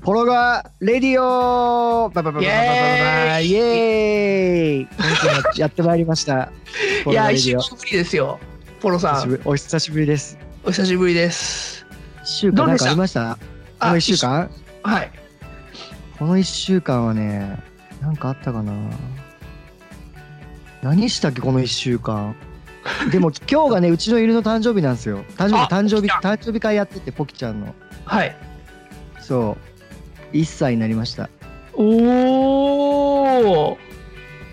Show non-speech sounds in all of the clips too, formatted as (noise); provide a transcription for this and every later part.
フォロガーレディオババババババババイエーイ今週もやってまいりました。いや、フォロガーレデ一週ィオ間ぶりですよ。ポロさ久しん、ぶりお久しぶりです。お久しぶりです。一週ど間うなんでしたかありましたこの一週間一はい。この一週間はね、なんかあったかな何したっけこの一週間。でも今日がね、うちの犬の誕生日なんですよ。誕生日、あ誕生日、ポキち誕生日会やってて、ポキちゃんの。はい。そう。1歳になりました。おー。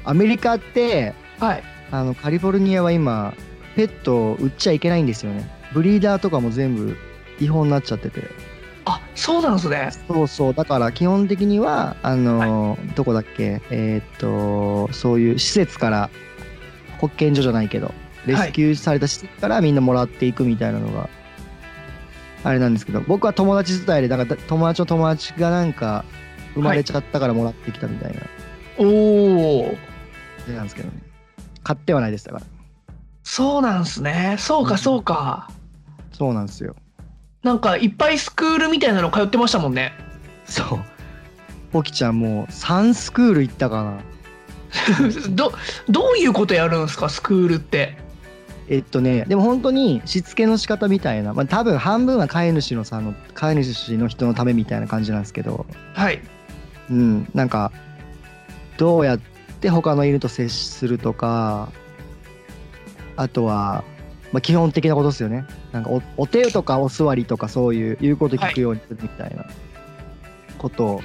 アメリカって、はい。あのカリフォルニアは今ペットを売っちゃいけないんですよねブリーダーとかも全部違法になっちゃっててあ、そうなんですね。そうそうだから基本的にはあのーどこだっけえーっとそういう施設から保健所じゃないけどレスキューされた施設からみんなもらっていくみたいなのがあれなんですけど僕は友達伝いでなんか友達の友達がなんか生まれちゃったからもらってきたみたいな、おー。あれなんですけどね買ってはないですだからそうなんですね。そううんか、そうか。そうなんですよなんか、いっぱいスクールみたいなの通ってましたもんね。 (laughs) そう。ポキちゃんもう3スクール行ったかな。ど、どういうことやるんですか、スクールって。えっとね、でも本当にしつけの仕方みたいな、まあ、多分半分は飼い主のさの飼い主の人のためみたいな感じなんですけど、はい。うん、なんかどうやって他の犬と接するとか、あとは、まあ、基本的なことですよね。なんかおお手とかお座りとかそういう言うこと聞くようにするみたいなことを、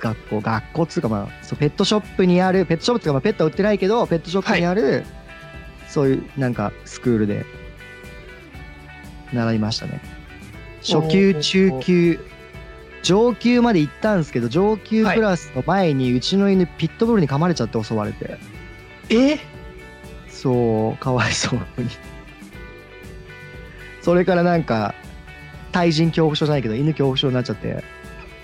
学校学校っつうかまあそうペットショップにあるペットショップっていうかまあペットは売ってないけどペットショップにある、そういうなんかスクールで習いましたね。初級中級上級まで行ったんですけど上級クラスの前にうちの犬ピットブルに噛まれちゃって襲われて。えそう、かわいそうに。それからなんか、対人恐怖症じゃないけど、犬恐怖症になっちゃって、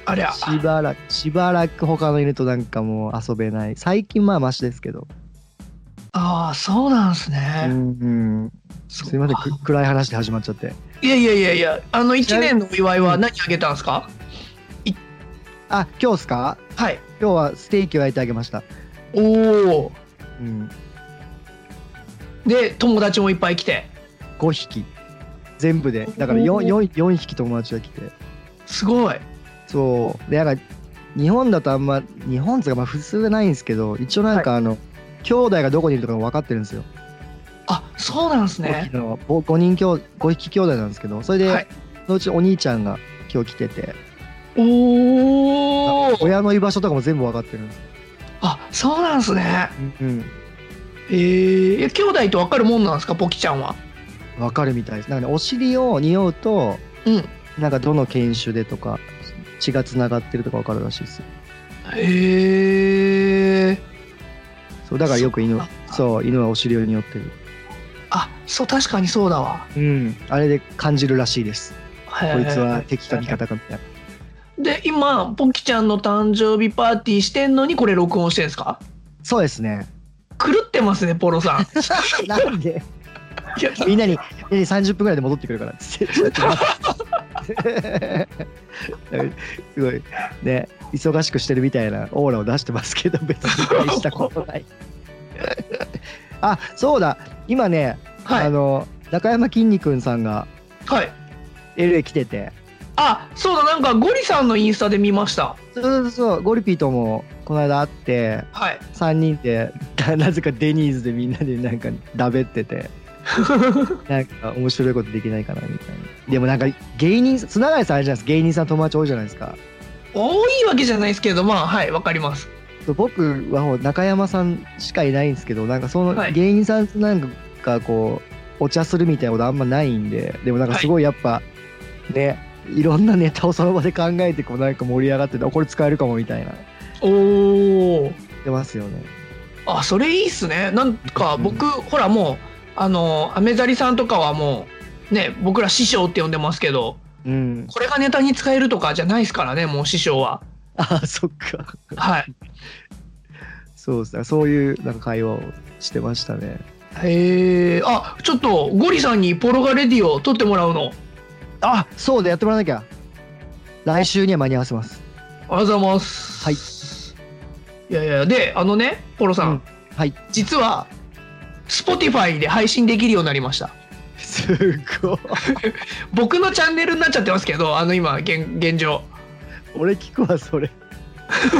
ありゃ。しばらく、しばらく他の犬となんかもう遊べない。最近まあマシですけど。ああ、そうなんですうんね。うん、すすいませんく、暗い話で始まっちゃって。いやいやいやいや、あの、一年のお祝いは何あげたんですかあ、今日っすかはい。今日はステーキを焼いてあげました。おー。うん、で、友達もいっぱい来て。 5匹。全部で。だから 4, 4, 4匹友達が来て。すごい。そうでなんか日本だとあんま日本とかまあ普通はないんですけど一応なんかあの、兄弟がどこにいるとかも分かってるんですよ。あ、そうなんです5ね。匹のぼ五人兄5匹兄弟なんですけどそれで、はいそのうちお兄ちゃんが今日来てておお。親の居場所とかも全部分かってるんです。あ、そうなんですね。うんえー、え兄弟とわかるもんなんですか、ポキちゃんは。分かるみたいです。なんかねお尻を匂うとうん。なんかどの犬種でとか血がつながってるとか分かるらしいですよ。へえ。そうだからよく犬そうそう犬はお尻を匂ってる。あ、そう、確かにそうだわ。うんあれで感じるらしいです。ここいつは敵か味方かみたいな。で、今、ポキちゃんの誕生日パーティーしてんのに、これ録音してんですか。そうですね。 (laughs) 狂ってますね、ポロさん。なんでいや (laughs) みんなにみんなに30分ぐらいで戻ってくるからっつってちょっと待ってすごいね忙しくしてるみたいなオーラを出してますけど別に大したこと (laughs) ないあそうだ今ね、はあい。の中山きんに君さんがはい。 LA 来ててあ、そうだ、なんか、ゴリさんのインスタで見ました。そうそうそうゴリピーともこの間会ってはい。 3人で (laughs) ななぜかデニーズでみんなでなんかだべっててなんか面白いことできないかなみたいな。でもなんか芸人さん、砂谷さんあれじゃないですか、芸人さん友達多いじゃないですか。多いわけじゃないですけど、まあ、はい、わかります。僕はもう中山さんしかいないんですけど、なんかそのはい芸人さんなんかこう、お茶するみたいなことあんまないんで、でもなんかすごいやっぱ、ね、いろんなネタをその場で考えて、こうなんか盛り上がってて、あこれ使えるかもみたいな、おお。出ますよね。あそれいいっすねなんか僕、ほらもうあのアメザリさんとかはもうね僕ら師匠って呼んでますけどうん。これがネタに使えるとかじゃないですからねもう師匠は (laughs) ああ、そっか。はいそうですね。そういうなんか会話をしてましたね。へえあちょっとゴリさんにポロガレディを撮ってもらうのあそうだ、やってもらわなきゃ。来週には間に合わせます。ありがとうございます。はい。いやいや、で、あのね、ポロさん、うんはい。実は、Spotify で配信できるようになりました。すごい。僕のチャンネルになっちゃってますけど、あの今、現現状。俺聞くわ、それ。 (laughs)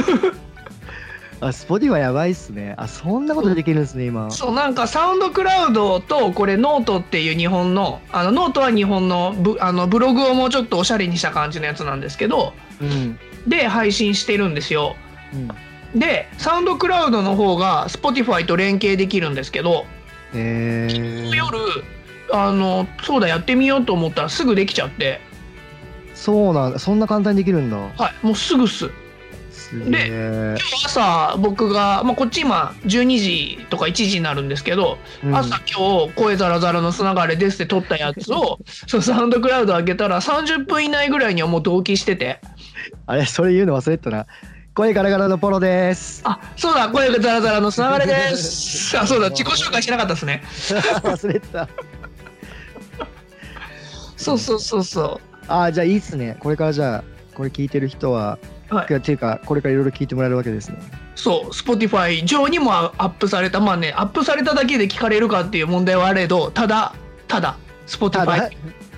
あ、スポティはやばいっすね。あ、そんなことできるんですね、今。そう、なんか、サウンドクラウドと、これ、ノートっていう日本の、あのノートは日本のブあのブログをもうちょっとおしゃれにした感じのやつなんですけど、うん。で、配信してるんですよ。うん。で、サウンドクラウドの方が、Spotify と連携できるんですけど、えー、夜あのそうだやってみようと思ったらすぐできちゃって、そうなんだ。そんな簡単にできるんだ。はい、もうすぐっすすげえ。朝僕が、まあ、こっち今12時とか1時になるんですけど、うん朝今日「声ザラザラのつながれです」って撮ったやつ (laughs) をそのサウンドクラウド上げたら30分以内ぐらいにはもう同期しててあれ、それ言うの忘れてたな。声ガラガラのポロです。あそうだ声ザラザラのつながれです (laughs) あそうだ自己紹介してなかったですね忘れてた。そうそうそうそあ、じゃあいいっすね。これからじゃあ、これ聞いてる人は、うはいいやっていうか、これからいろいろ聞いてもらえるわけですね。そう Spotify 上にもアップされたまあねアップされただけで聞かれるかっていう問題はあれどただただた Spotify だ、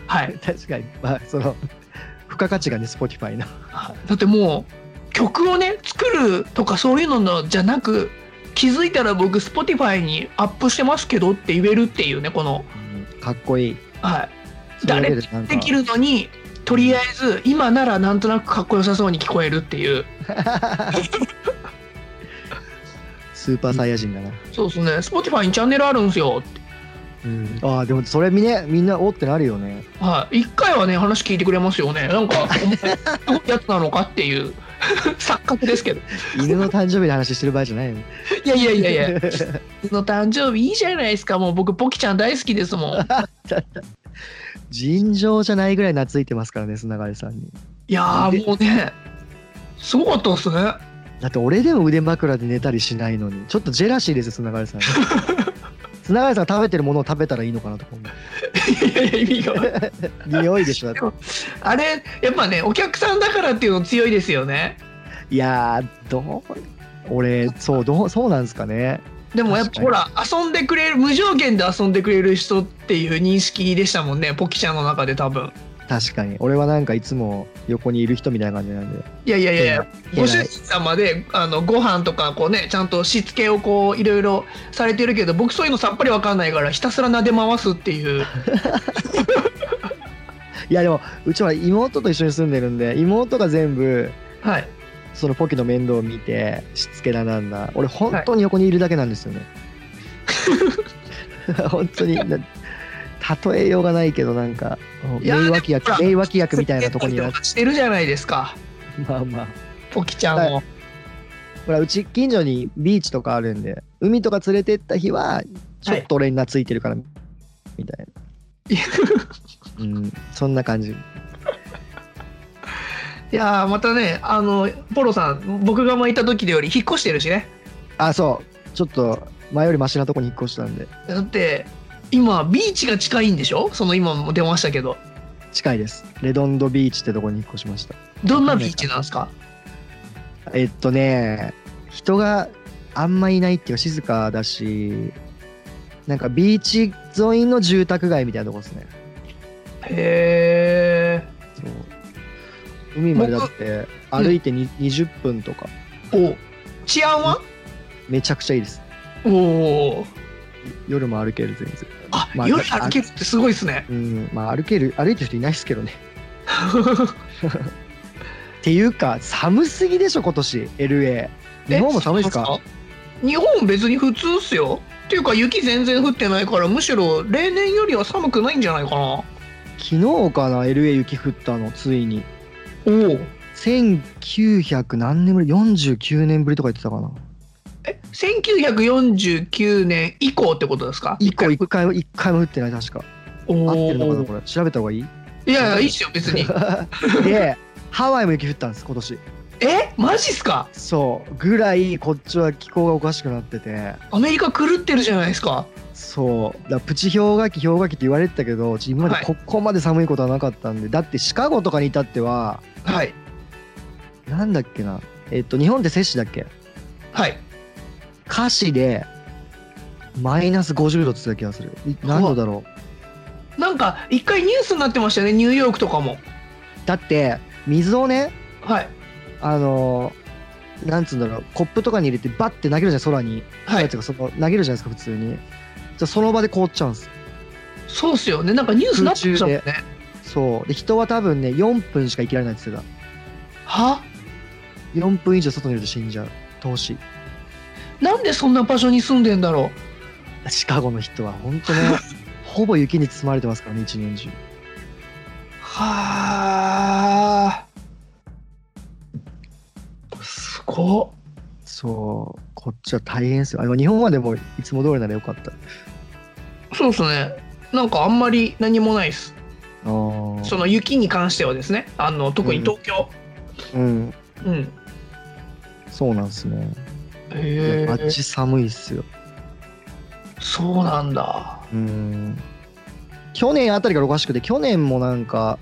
はい、 (laughs) 確かに、まあ、その、付加価値がね、スポティファイの。だってもう曲をね作るとかそういうののじゃなく気づいたら僕 Spotify にアップしてますけどって言えるっていうねこの、かっこいい。はい、それだけでなんかできるのにとりあえず今ならなんとなくかっこよさそうに聞こえるっていうスーパーサイヤ人だな。そうですね Spotify にチャンネルあるんですようん、ああ、でもそれみね、みんなおってなるよね。はい、一回はね話聞いてくれますよねなんかお前すごいやつなのかっていう (laughs) 錯覚ですけど犬の誕生日の話してる場合じゃないよね。 (laughs) いやいやいや (laughs) いやその誕生日いいじゃないですかもう僕ポキちゃん大好きですもん尋常じゃないぐらい懐いてますからね、砂川さんに。いやーもうねすごかった (laughs) ですねだって俺でも腕枕で寝たりしないのに、ちょっとジェラシーですよ、砂川 (laughs) さん。砂川さんが食べてるものを食べたらいいのかなとか思う。いやいや意味が匂いでし (laughs) ょ、だってあれやっぱねお客さんだからっていうの強いですよねいやー、どう、俺、そう、どう、そうなんですかね。でもやっぱほら遊んでくれる無条件で遊んでくれる人っていう認識でしたもんねポキちゃんの中で多分確かに。俺はなんかいつも横にいる人みたいな感じなんで。いやいやいやいやいごや主人様であのご飯とかこうねちゃんとしつけをこういろいろされてるけど僕そういうのさっぱりわかんないからひたすら撫で回すっていう (laughs) いやでもうちは妹と一緒に住んでるんで妹が全部はいそのポキの面倒を見てしつけだなんだ俺本当に横にいるだけなんですよね、 (laughs) 本当にな例えようがないけどなんかいや名脇でも役ほら名脇役みたいなとこになしつけとかしてるじゃないですかまあまあポキちゃんもほらうち近所にビーチとかあるんで海とか連れてった日はちょっと俺に懐いてるからみたいいやな、うん、そんな感じいやーまたねあのポロさん僕が前いた時より引っ越してるしねあそうちょっと前よりマシなとこに引っ越したんでだって今ビーチが近いんでしょその今も出ましたけど近いですレドンドビーチってとこに引っ越しましたどんなビーチなんですかえっとね人があんまいないっていうか静かだしなんかビーチ沿いの住宅街みたいなとこですねへえそう海までだって僕歩いてに20分とかお治安はめちゃくちゃいいですおおー夜も歩ける全然あ、まあ夜歩けるってすごいですね。うんまあ歩ける歩いてる人いないですけどねっていうか寒すぎでしょ今年 LA (laughs) 日本も寒いですか日本別に普通っすよ。っていうか雪全然降ってないからむしろ例年よりは寒くないんじゃないかな。お昨日かな LA 雪降ったのついにお。 1900何年ぶり49年ぶりとか言ってたかなえ、1949年以降ってことですか？一個一回も一回も降ってない確か合ってるのかなおおこ。れ調べた方がいいいやいやいいっすよ別に。でハワイも雪降ったんです今年 (laughs) えマジっすかそうぐらいこっちは気候がおかしくなっててアメリカ狂ってるじゃないですかそうだからプチ氷河期氷河期って言われてたけどち今まではいここまで寒いことはなかったんで、だってシカゴとかに至ってははいなんだっけなえっと日本で摂氏だっけはい歌詞でマイナス50度って言ってた気がするい何度だろうなんか一回ニュースになってましたよねニューヨークとかもだって水をねはいあのーなんつうんだろうコップとかに入れてバッて投げるじゃん空に、はやいつがその投げるじゃないですか普通にじゃあその場で凍っちゃうんですそうっすよねなんかニュースになってましたもんねそうで人は多分ね4分しか生きられないって言ってはた4分以上外にいると死んじゃう投資なんでそんな場所に住んでんだろシカゴの人は本 (laughs) 当ねほぼ雪に包まれてますからね一年中うはあすごっそうこっちは大変ですよあ日本はでもいつも通りならよかったそうっすねなんかあんまり何もないっすあーその雪に関してはですねあの特に東京うんうん、そうなんですね。へあっえち寒いっすよ。そうなんだうん。去年あたりからおかしくて、去年もなんか、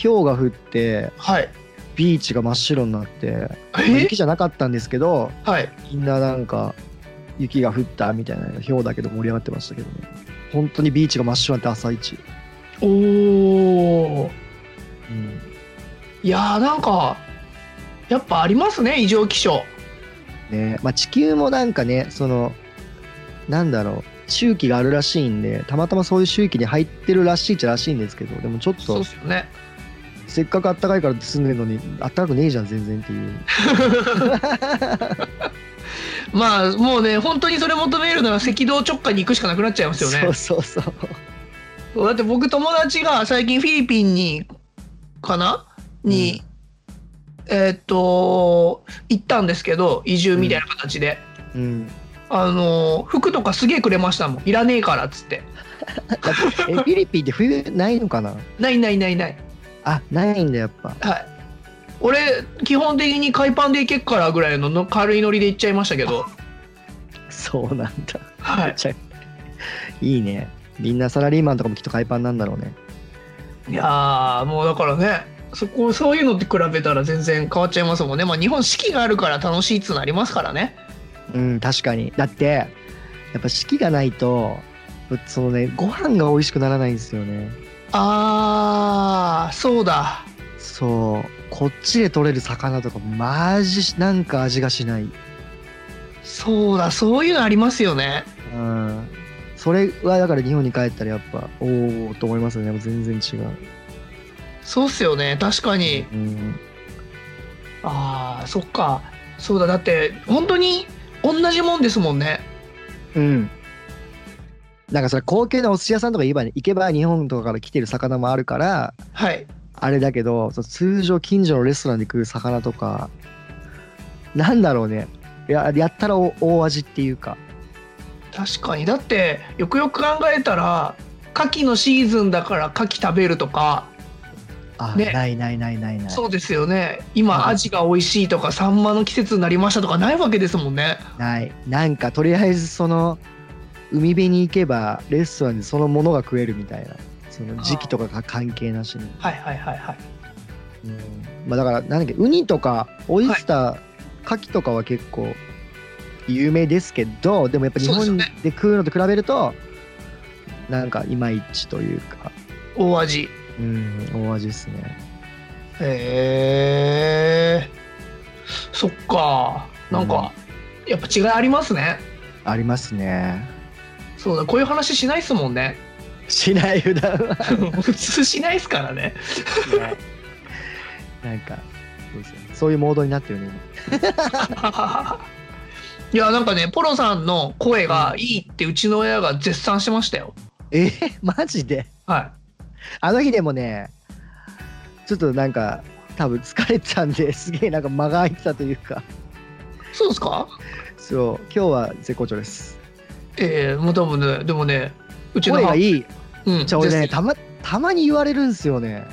氷が降って、はいビーチが真っ白になって、え雪じゃなかったんですけど、はいみんななんか、雪が降ったみたいな、氷だけど盛り上がってましたけどね。本当にビーチが真っ白になって朝一。おおうん。いやーなんかやっぱありますね異常気象ねまあ地球もなんかね、その、なんだろう。周期があるらしいんでたまたまそういう周期に入ってるらしいっちゃらしいんですけどでもちょっとそうっすよねせっかく暖かいから住んでるのに暖かくねえじゃん全然っていうまあもうね本当にそれ求めるなら赤道直下に行くしかなくなっちゃいますよねそう (laughs) そうそうそうだって僕友達が最近フィリピンにかなに、えーっと行ったんですけど移住みたいな形で、うんあの服とかすげえくれましたもんいらねえからっつってだってえフィリピンって冬ないのかなないないないないあないんだやっぱはい俺基本的に海パンで行けっからぐらいのの軽いノリで行っちゃいましたけどそうなんだはいいいねみんなサラリーマンとかもきっと海パンなんだろうねいやーもうだからねそこそういうのって比べたら全然変わっちゃいますもんねまあ日本四季があるから楽しいっつうのありますからねうん確かにだってやっぱ四季がないとそのねご飯が美味しくならないんですよねあーそうだそうこっちで取れる魚とかマジなんか味がしないそうだそういうのありますよねうんそれはだから日本に帰ったらやっぱおおと思いますよねもう全然違うそうっすよね確かにうんあーそっかそうだだって本当に同じもんですもんねうん。なんかそれ高級なお寿司屋さんとか言えば行けば日本とかから来てる魚もあるからはいあれだけどそう通常近所のレストランで食う魚とかなんだろうねややったらお大味っていうか確かにだってよくよく考えたら牡蠣のシーズンだから牡蠣食べるとか、あ、ねないないないないないそうですよね今、はいアジが美味しいとかサンマの季節になりましたとかないわけですもんねないなんかとりあえずその海辺に行けばレストランでそのものが食えるみたいなその時期とかが関係なしに、はいはいはいはいまあだからなんだっけウニとかオイスター、牡蠣とかは結構有名ですけどでもやっぱ日そう本でです食うのと比べると、なんかいまいちというか、大味うん、大味ですねへえそっかなんか、やっぱ違いありますねありますねそうだこういう話しないっすもんね (laughs) しない普段は普通しないっすからね (laughs) なんかそうですねそういうモードになってるねいやなんかねポロさんの声がいいってうちの親が絶賛してましたよ今えーマジではあの日でもねちょっとなんか多分疲れてたんです (laughs) げえなんか間が空いてたというかいそうですかそう今日は絶好調ですええもう多分ねでもねうちの声がいいい。うんじゃあ俺ね、絶た賛ま、たまに言われるんすよね。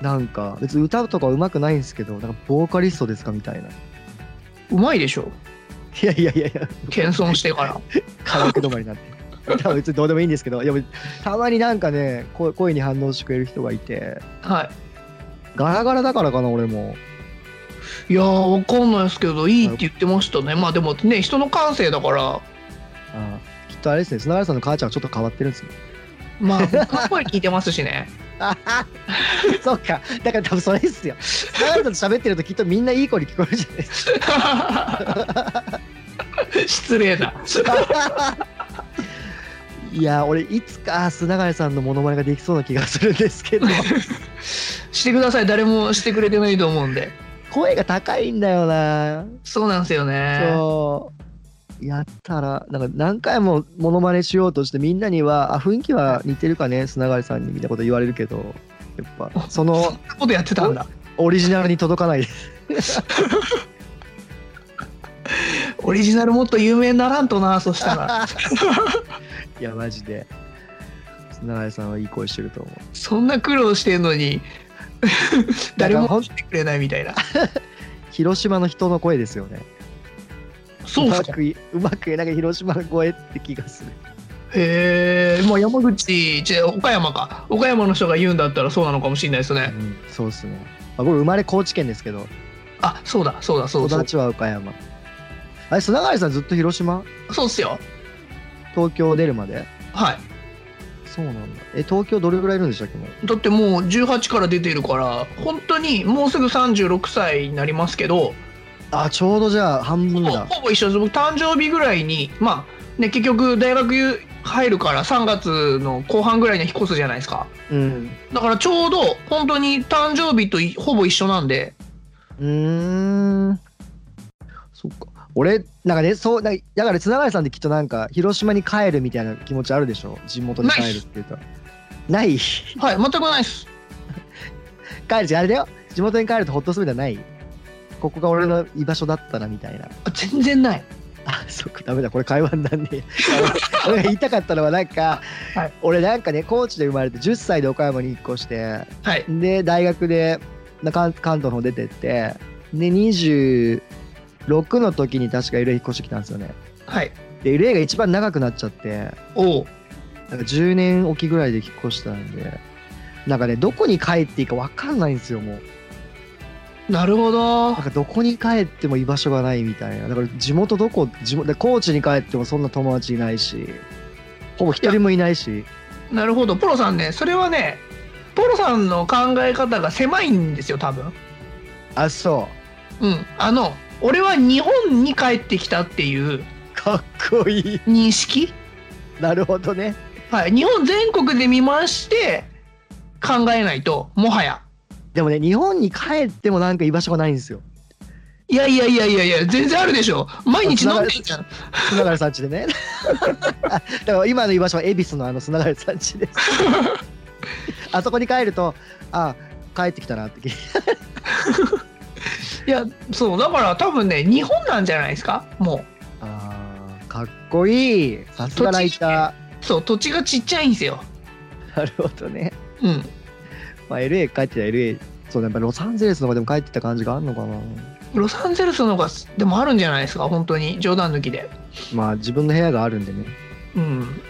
なんか別に歌うとかうまくないんですけどなんかボーカリストですかみたいないうまいでしょやいやいやいや謙遜してからカラオケ止まりになって。 (laughs) いや別にどうでもいいんですけどいやたまになんかね声声に反応してくれる人がいてはガラガラだからかな俺もいいやーわかんないですけどいいって言ってましたねまあでもね人の感性だからあきっとあれですね砂原さんの母ちゃんはちょっと変わってるんですね (laughs) まあ僕の声聞いてますしね (laughs) あは (laughs) そうかだから多分それですよ砂原さんと喋ってるときっとみんないい子に聞こえるじゃないですか失礼だいや俺いつか砂原さんのモノマネができそうな気がするんです (laughs) けどしてください誰もしてくれてないと思うんで声が高いんだよなそうなんですよねそうやったらなんか何回もモノマネしようとしてみんなには「あ雰囲気は似てるかね砂川さんに」みたいなこと言われるけどやっぱそそんのなことやってたんだオリジナルに届かないですオリジナルもっと有名にならんとなそしたらいやマジで砂川さんはいい声してると思うそんな苦労してんのに誰なんかほもんしてくれないみたいな広島の人の声ですよねそうっすまかくいうまくなんか広島の声って気がするへえまあ山口じゃ岡山か岡山の人が言うんだったらそうなのかもしれないですねうんそうですね、まあ、僕生まれ高知県ですけどあそうだそうだそうだ育ちは岡山あれ砂川さんずっと広島そうっすよ東京出るまではそうなんだえ東京どれぐらいいるんでしたっけもういだってもう18から出てるから本当にもうすぐ36歳になりますけどあちょうどじゃあ半分ほぼだほぼ一緒です僕誕生日ぐらいにまあね結局大学入るから3月の後半ぐらいには引っ越すじゃないですかうんだからちょうど本当に誕生日といほぼ一緒なんでうーんそっか俺なんかねそうなんかだから綱川さんってきっとなんか広島に帰るみたいな気持ちあるでしょ地元に帰るって言うとない帰はい全くないでするじゃあれだよ地元に帰るとホッとするんじゃないここが俺の居場所だったなみたいなあ全然ないあそっかダメだこれ会話になんねえ (laughs) 俺が言いたかったのはなんか、はい俺なんかね高知で生まれて10歳で岡山に引っ越してはいで大学でな関関東の方出てってで26の時に確か LA 引っ越してきたんですよねはいで LA が一番長くなっちゃっておうなんか10年おきぐらいで引っ越したんでなんかねどこに帰っていいか分かんないんですよもうなるほどなんかどこに帰っても居場所がないみたいなだから地元どこ地元で高知に帰ってもそんな友達いないしほぼ一人もいないしなるほどポロさんねそれはねポロさんの考え方が狭いんですよ多分あそうんあの俺は日本に帰ってきたっていううかっこいい認識なるほどねはい日本全国で見まして考えないともはやでもね日本に帰ってもなんか居場所がないんですよいやいやいやいやいや全然あるでしょ毎日飲んでるじゃん砂原さんちでね (laughs) だから今の居場所は恵比寿のあの砂原さんちですあそこに帰るとあ帰ってきたなって気いやそうだから多分ね日本なんじゃないですかもあーかっこいいさすがライタうそう土地がちっちゃいんですよーなるほどね、うんまあ、LA 帰ってた LA そうねやっぱロサンゼルスの方でも帰ってた感じがあるのかなロサンゼルスの方がでもあるんじゃないですか本当に冗談抜きでまあ自分の部屋があるんでねうん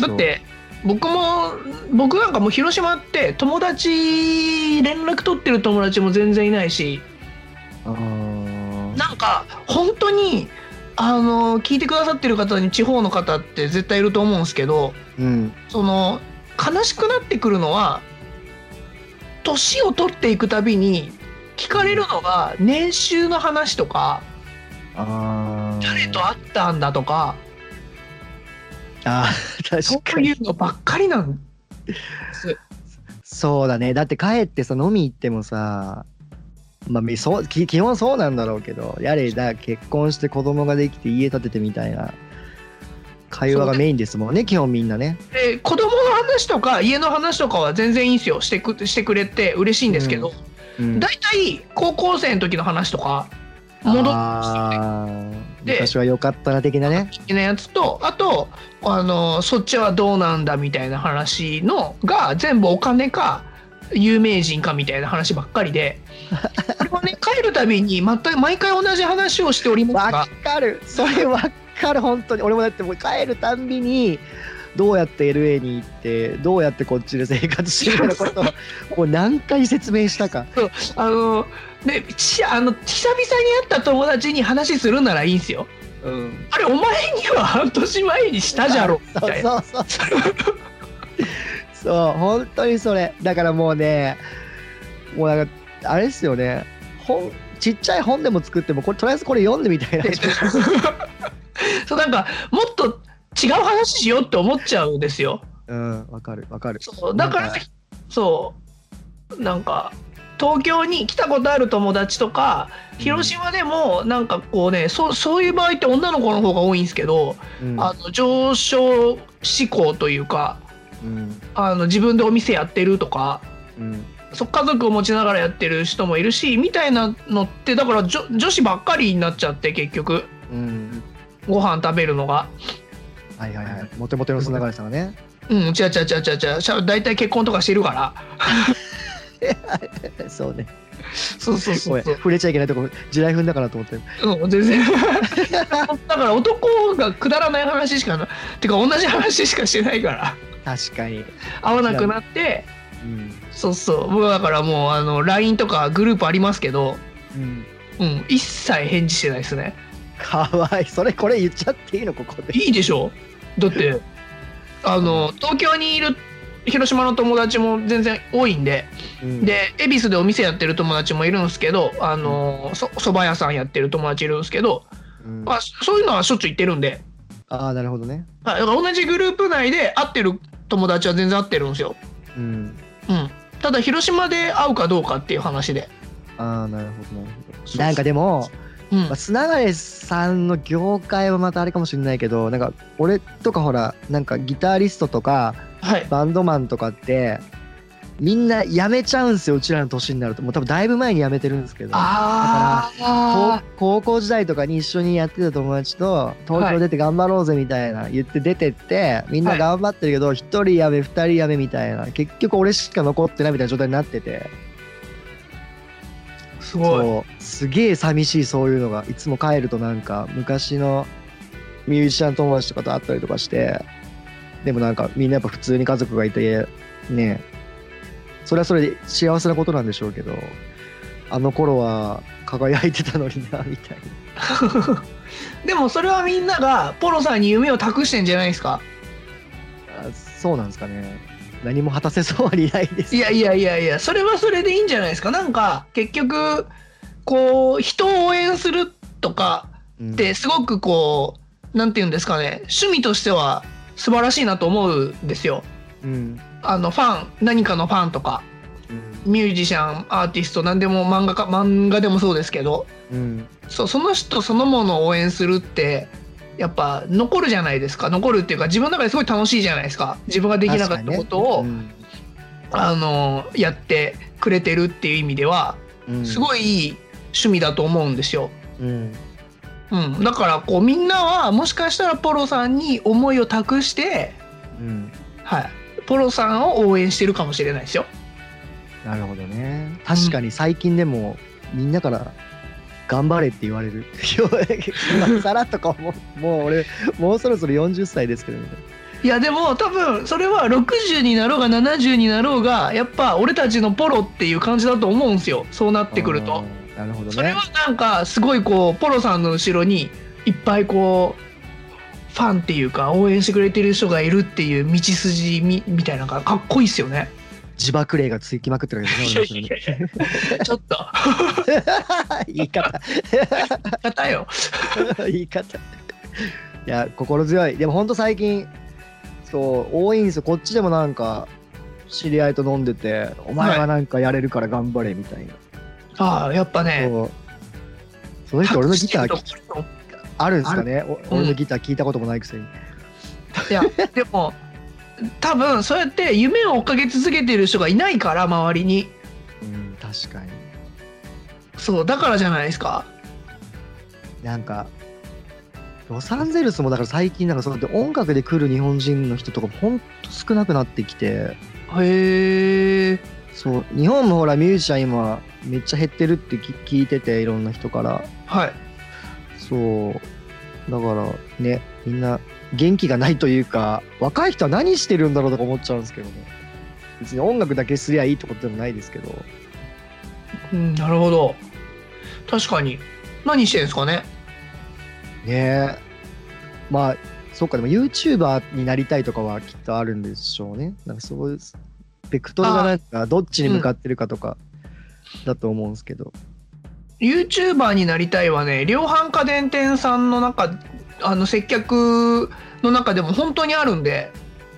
だって僕も僕なんかもう広島って友達連絡取ってる友達も全然いないしそうあーなんか本当にあの聞いてくださってる方に地方の方って絶対いると思うんですけどうんその悲しくなってくるのは年を取っていくたびに聞かれるのが年収の話とかあー誰と会ったんだとかあーそ確かういにうのばっかりなんです。そうだねだって帰ってさ飲み行ってもさまあみそうき基本そうなんだろうけどやれだ結婚して子供ができて家建ててみたいな会話がメインですもんね基本みんなねで子供の話とか家の話とかは全然いいんですよしてくしてくれて嬉しいんですけど、うん大体高校生の時の話とか戻ってあーで昔は良かったな的なねきてなやつとあとあのそっちはどうなんだみたいな話のが全部お金か有名人かみたいな話ばっかりでこれ (laughs) はね帰るたびに全く毎回同じ話をしておりますが (laughs) わかるそれわかる本当に俺もだってもう帰るたんびにどうやって LA に行ってどうやってこっちで生活してるのかことをもう何回説明したかあのねちあの久々に会った友達に話するならいいんですよ。うんあれお前には半年前にしたじゃろみ (laughs) そうたいな。そうそうそう本当にそれだからもうねもうなんかあれですよね本ちっちゃい本でも作ってもこれとりあえずこれ読んでみた (laughs) いなそうなんかもっと違う話しようって思っちゃうんですよ。うんわかるわかるそうだからなんそうなんか東京に来たことある友達とか広島でもなんかこうねそうそういう場合って女の子の方が多いんですけど、うんあの上昇志向というかうんあの自分でお店やってるとかうんそ家族を持ちながらやってる人もいるしみたいなのってだから女女子ばっかりになっちゃって結局うんご飯食べるのが。はいはいはいモテモテの砂川さんがねうん、違う違う違う違う違うしゃ、大体結婚とかしてるから。そうねそうそうごそめうんそう。触れちゃいけないとこ地雷踏んだからと思ってうん、全然。 (laughs) だから男がくだらない話しかな、てか同じ話しかしてないから、確かに、合わなくなって、うんそうそう。僕だからもう、あの、LINE とかグループありますけど、うん、うん、一切返事してないですね。かわいいそれこれ言っちゃっていいのここでいいでしょだって、あの、東京にいる広島の友達も全然多いんで、うんで恵比寿でお店やってる友達もいるんですけどあのそそば屋さんやってる友達いるんですけど、うんまあ、そそういうのはしょっちゅう行ってるんで、ああなるほどねはい、だから同じグループ内で会ってる友達は全然会ってるんですよ、うんうん、ただ広島で会うかどうかっていう話で、ああなるほどなるほそうどなんかでも、うんまあ、砂川さんの業界はまたあれかもしれないけどなんか俺とかほらなんかギタリストとかはい、バンドマンとかってみんな辞めちゃうんですようちらの年になるともう多分だいぶ前に辞めてるんですけどあ高あ高校時代とかに一緒にやってた友達と東京出て頑張ろうぜみたいな言って出てって、みんな頑張ってるけど一人やめ二人やめみたいな結局俺しか残ってないみたいな状態になっててす (laughs) ごいそうすげえ寂しいそういうのがいつも帰るとなんか昔のミュージシャン友達とかと会ったりとかしてでもなんかみんなやっぱ普通に家族がいてねそれはそれで幸せなことなんでしょうけどあの頃は輝いてたのになみたいな。でもそれはみんながポロさんに夢を託してんじゃないですかあそうなんですかね。何も果たせそうにないです。いやいやいやいやそれはそれでいいんじゃないですかなんか結局こう人を応援するとかうんってすごくこうなんて言うんですかね趣味としては素晴らしいなと思うんですよ。うんあのファン何かのファンとかうんミュージシャンアーティスト何でも漫画か漫画でもそうですけどうんそうその人そのものを応援するってやっぱ残るじゃないですか残るっていうか自分の中ですごい楽しいじゃないですか自分ができなかったことを、確かあのやってくれてるっていう意味ではにねうんうんすごいいい趣味だと思うんですよ。うんうん、だからこうみんなはもしかしたらポロさんに思いを託して、うんはい、ポロさんを応援してるかもしれないですよ。なるほどね。確かに最近でもみんなから頑張れって言われる。今更とかももう俺もうそろそろ40歳ですけどね。いやでも多分それは60になろうが70になろうがやっぱ俺たちのポロっていう感じだと思うんですよそうなってくると。あー。なるほどね。それはなんかすごいこうポロさんの後ろにいっぱいこうファンっていうか応援してくれてる人がいるっていう道筋みみたいなのがかっこいいっすよね。自爆霊がつきまくってるわけですね。俺の後ろに (laughs) ちょっと (laughs) 言い方硬いよ。 (laughs) 言い方いや心強いでもほんと最近そう多いんですよこっちでもなんか知り合いと飲んでて「お前はなんかやれるから頑張れ」みたいな、ああやっぱね。そうその人俺のギターーあるんですかねおうん俺のギター聞いたこともないくせに、いやでも多分そうやって夢を追っかけ続けてる人がいないから周りにうん、確かにそうだからじゃないですかなんかロサンゼルスもだから最近なんかそうやって音楽で来る日本人の人とかほんと少なくなってきてへえそう日本もほらミュージシャン今めっちゃ減ってるってき聞いてていろんな人からはいそうだからねみんな元気がないというか若い人は何してるんだろうとか思っちゃうんですけどね別に音楽だけすりゃいいってことでもないですけどうんなるほど確かに何してんですかねねえまあそっかでも YouTuber になりたいとかはきっとあるんでしょうねなんかそういうベクトルがなんかどっちに向かってるかとかだと思うんですけど、 YouTuber になりたいはね量販家電店さんの中あの接客の中でも本当にあるんで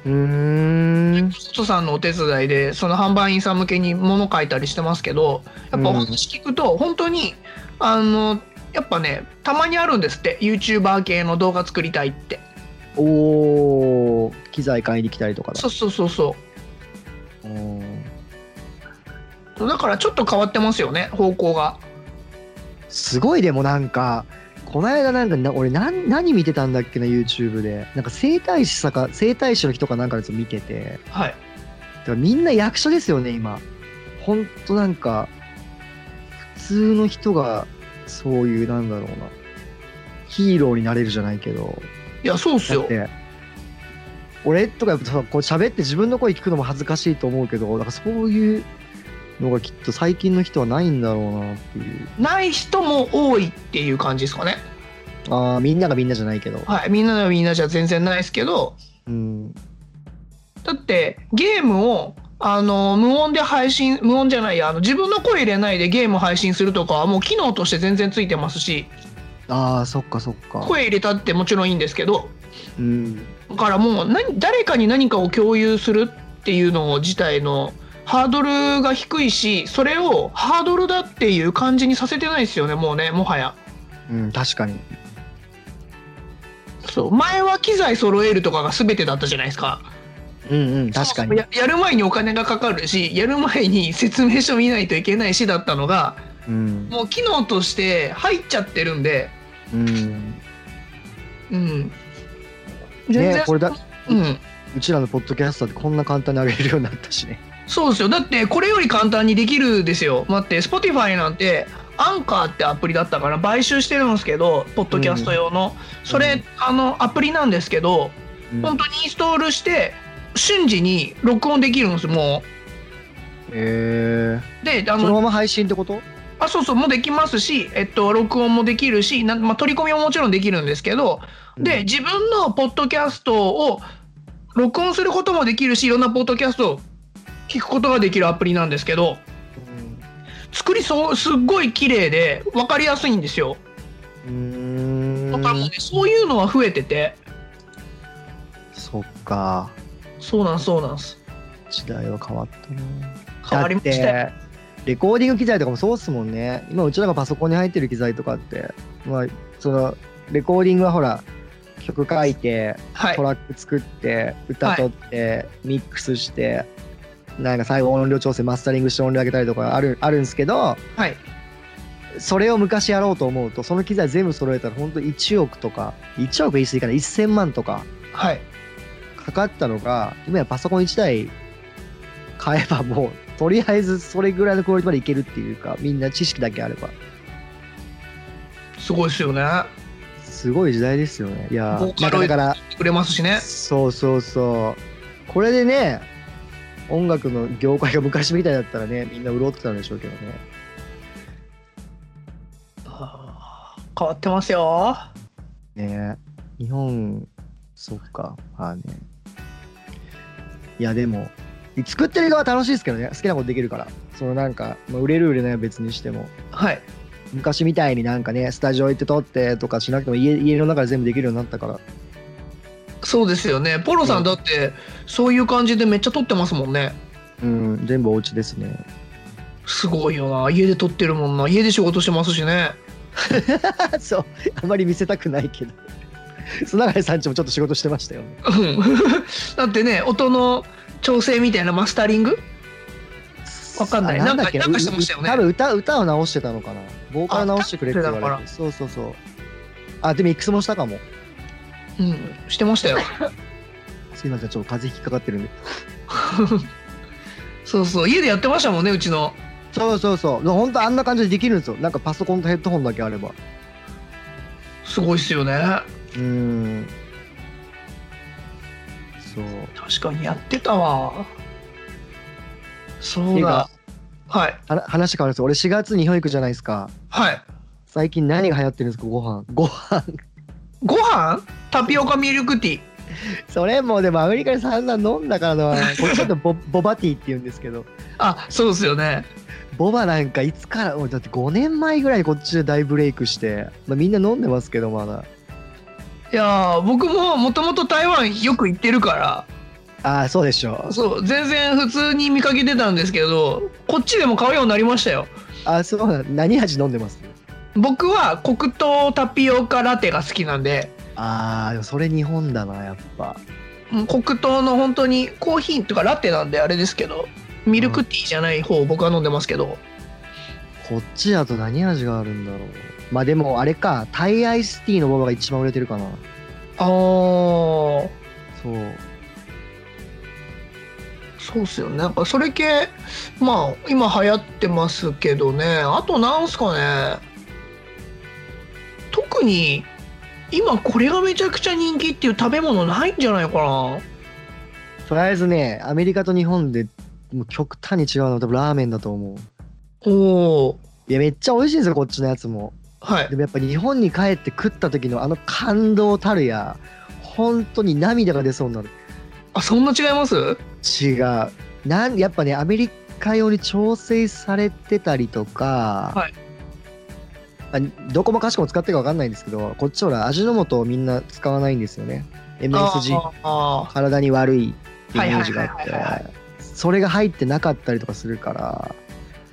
うん、ん外さんのお手伝いでその販売員さん向けに物書いたりしてますけどやっぱお話聞くと本当に、あのやっぱねたまにあるんですって YouTuber 系の動画作りたいっておお機材買いに来たりとかだそうそうそうそうんうだからちょっと変わってますよね方向がすごいでもなんかこの間なんかな俺何何見てたんだっけな YouTube でなんか整体師さか整体師の人かなんかのやつを見ててはいだからみんな役所ですよね今ほんとなんか普通の人がそういうなんだろうなヒーローになれるじゃないけどいやそうっすだっよて俺とかやっぱさこう喋って自分の声聞くのも恥ずかしいと思うけどだからそういうのがきっと最近の人はないんだろうなっていうない人も多いっていう感じですかねあーみんながみんなじゃないけどはいみんなのみんなじゃ全然ないですけどうんだってゲームをあの無音で配信無音じゃないやあの自分の声入れないでゲーム配信するとかはもう機能として全然ついてますしああそっかそっか声入れたってもちろんいいんですけどうんだからもう何誰かに何かを共有するっていうの自体のハードルが低いしそれをハードルだっていう感じにさせてないですよねもうねもはや。うん確かにそう前は機材揃えるとかが全てだったじゃないですか。うんうん確かにややる前にお金がかかるしやる前に説明書見ないといけないしだったのがうんもう機能として入っちゃってるんで、うんうん。ねこれだうん。うちらのポッドキャスターでこんな簡単に上げれるようになったしねそうですよ。だって、これより簡単にできるですよ。待って、Spotify なんて、アンカーってアプリだったから、買収してるんですけど、ポッドキャスト用の。それ、あの、アプリなんですけど、うん本当にインストールして、瞬時に録音できるんですよ、もえう。で、あそのの、まま配信ってことあ、そうそう、もうできますし、えっと、録音もできるし、なんまあ、取り込みももちろんできるんですけど、で、自分のポッドキャストを録音することもできるし、いろんなポッドキャストを聞くことができるアプリなんですけど、作りそうすっごい綺麗で分かりやすいんですよ。うんうだからもうーんねそういうのは増えてて、そっかそうなんそうなんす。時代は変わったね変わりましたよだってレコーディング機材とかもそうっすもんね今うちらがパソコンに入ってる機材とかってまあそのレコーディングはほら曲書いてはいト。ラック作って歌取って、ミックスしてなんか最後音量調整マスタリングして音量上げたりとかあるあるんですけどはい。それを昔やろうと思うとその機材全部揃えたらほんと1億とか1億言い過ぎかな1000万とかはい。かかったのが今やパソコン1台買えばもうとりあえずそれぐらいのクオリティまでいけるっていうかみんな知識だけあればすごいですよね。すごい時代ですよねいやボーーカまロたイだドからくれますしね。そうそうそうこれでね音楽の業界が昔みたいだったらねみんな潤ってたんでしょうけどねあー変わってますよ。ねえ日本そっかまあねいやでも作ってる側楽しいですけどね好きなことできるからそのなんか、まあ、売れる売れないは別にしてもはい。昔みたいになんかねスタジオ行って撮ってとかしなくても家家の中で全部できるようになったからそうですよね。ポロさうんんだってそういう感じでめっちゃ撮ってますもんね。うん全部お家ですねすごいよな。家で撮ってるもんな。家で仕事してますしね。 (laughs) そうあまり見せたくないけ (laughs) ど砂谷さんちもちょっと仕事してましたよねうん。 (laughs) だってね、音の調整みたいなマスタリングわかんないあだっけなんかなんかしてましたよねうう多分歌歌を直してたのかな。ボーカル直してくれって言あ歌わっれて。そうそうそう。あ、でミックスもしたかも。うん。してましたよ。すいません、ちょっと風邪ひきかかってるんで。そうそう家でやってましたもんねうちのそうそうそうほんとあんな感じでできるんですよなんかパソコンとヘッドホンだけあればすごいっすよねうんそう確かにやってたわそうだはいはな話変わるんですよ俺4月に日本行くじゃないですかはい最近何が流行ってるんですかご飯ご飯ご飯タピオカミルクティーそれもうでもアメリカで散々飲んだからなこれちょっとボボバティって言うんですけどあそうですよねボバなんかいつからもうだって5年前ぐらいにこっちで大ブレイクして、まあ、みんな飲んでますけどまだいやー僕ももともと台湾よく行ってるからああそうでしょうそう全然普通に見かけてたんですけどこっちでも買うようになりましたよあーそうなん何味飲んでます僕は黒糖タピオカラテが好きなんでああでもそれ日本だなやっぱうん黒糖の本当にコーヒーとかラテなんであれですけどミルクティーじゃない方を僕は飲んでますけどこっちだと何味があるんだろうまあでもあれかタイアイスティーのボバが一番売れてるかなあーそうそうっすよねなんかそれ系まあ今流行ってますけどねあとなんすかね特に今これがめちゃくちゃ人気っていう食べ物ないんじゃないかなとりあえずねアメリカと日本でもう極端に違うのは多分ラーメンだと思うおおいやめっちゃ美味しいんですよこっちのやつもはいでもやっぱ日本に帰って食った時のあの感動たるや本当に涙が出そうになるあそんな違います違うなんやっぱねアメリカ用に調整されてたりとか、はいあどこもかしこも使ってるか分かんないんですけどこっちほら味の素をみんな使わないんですよね MSG あーあ体に悪いっていうイメージがはいはいはいあはってそれが入ってなかったりとかするからー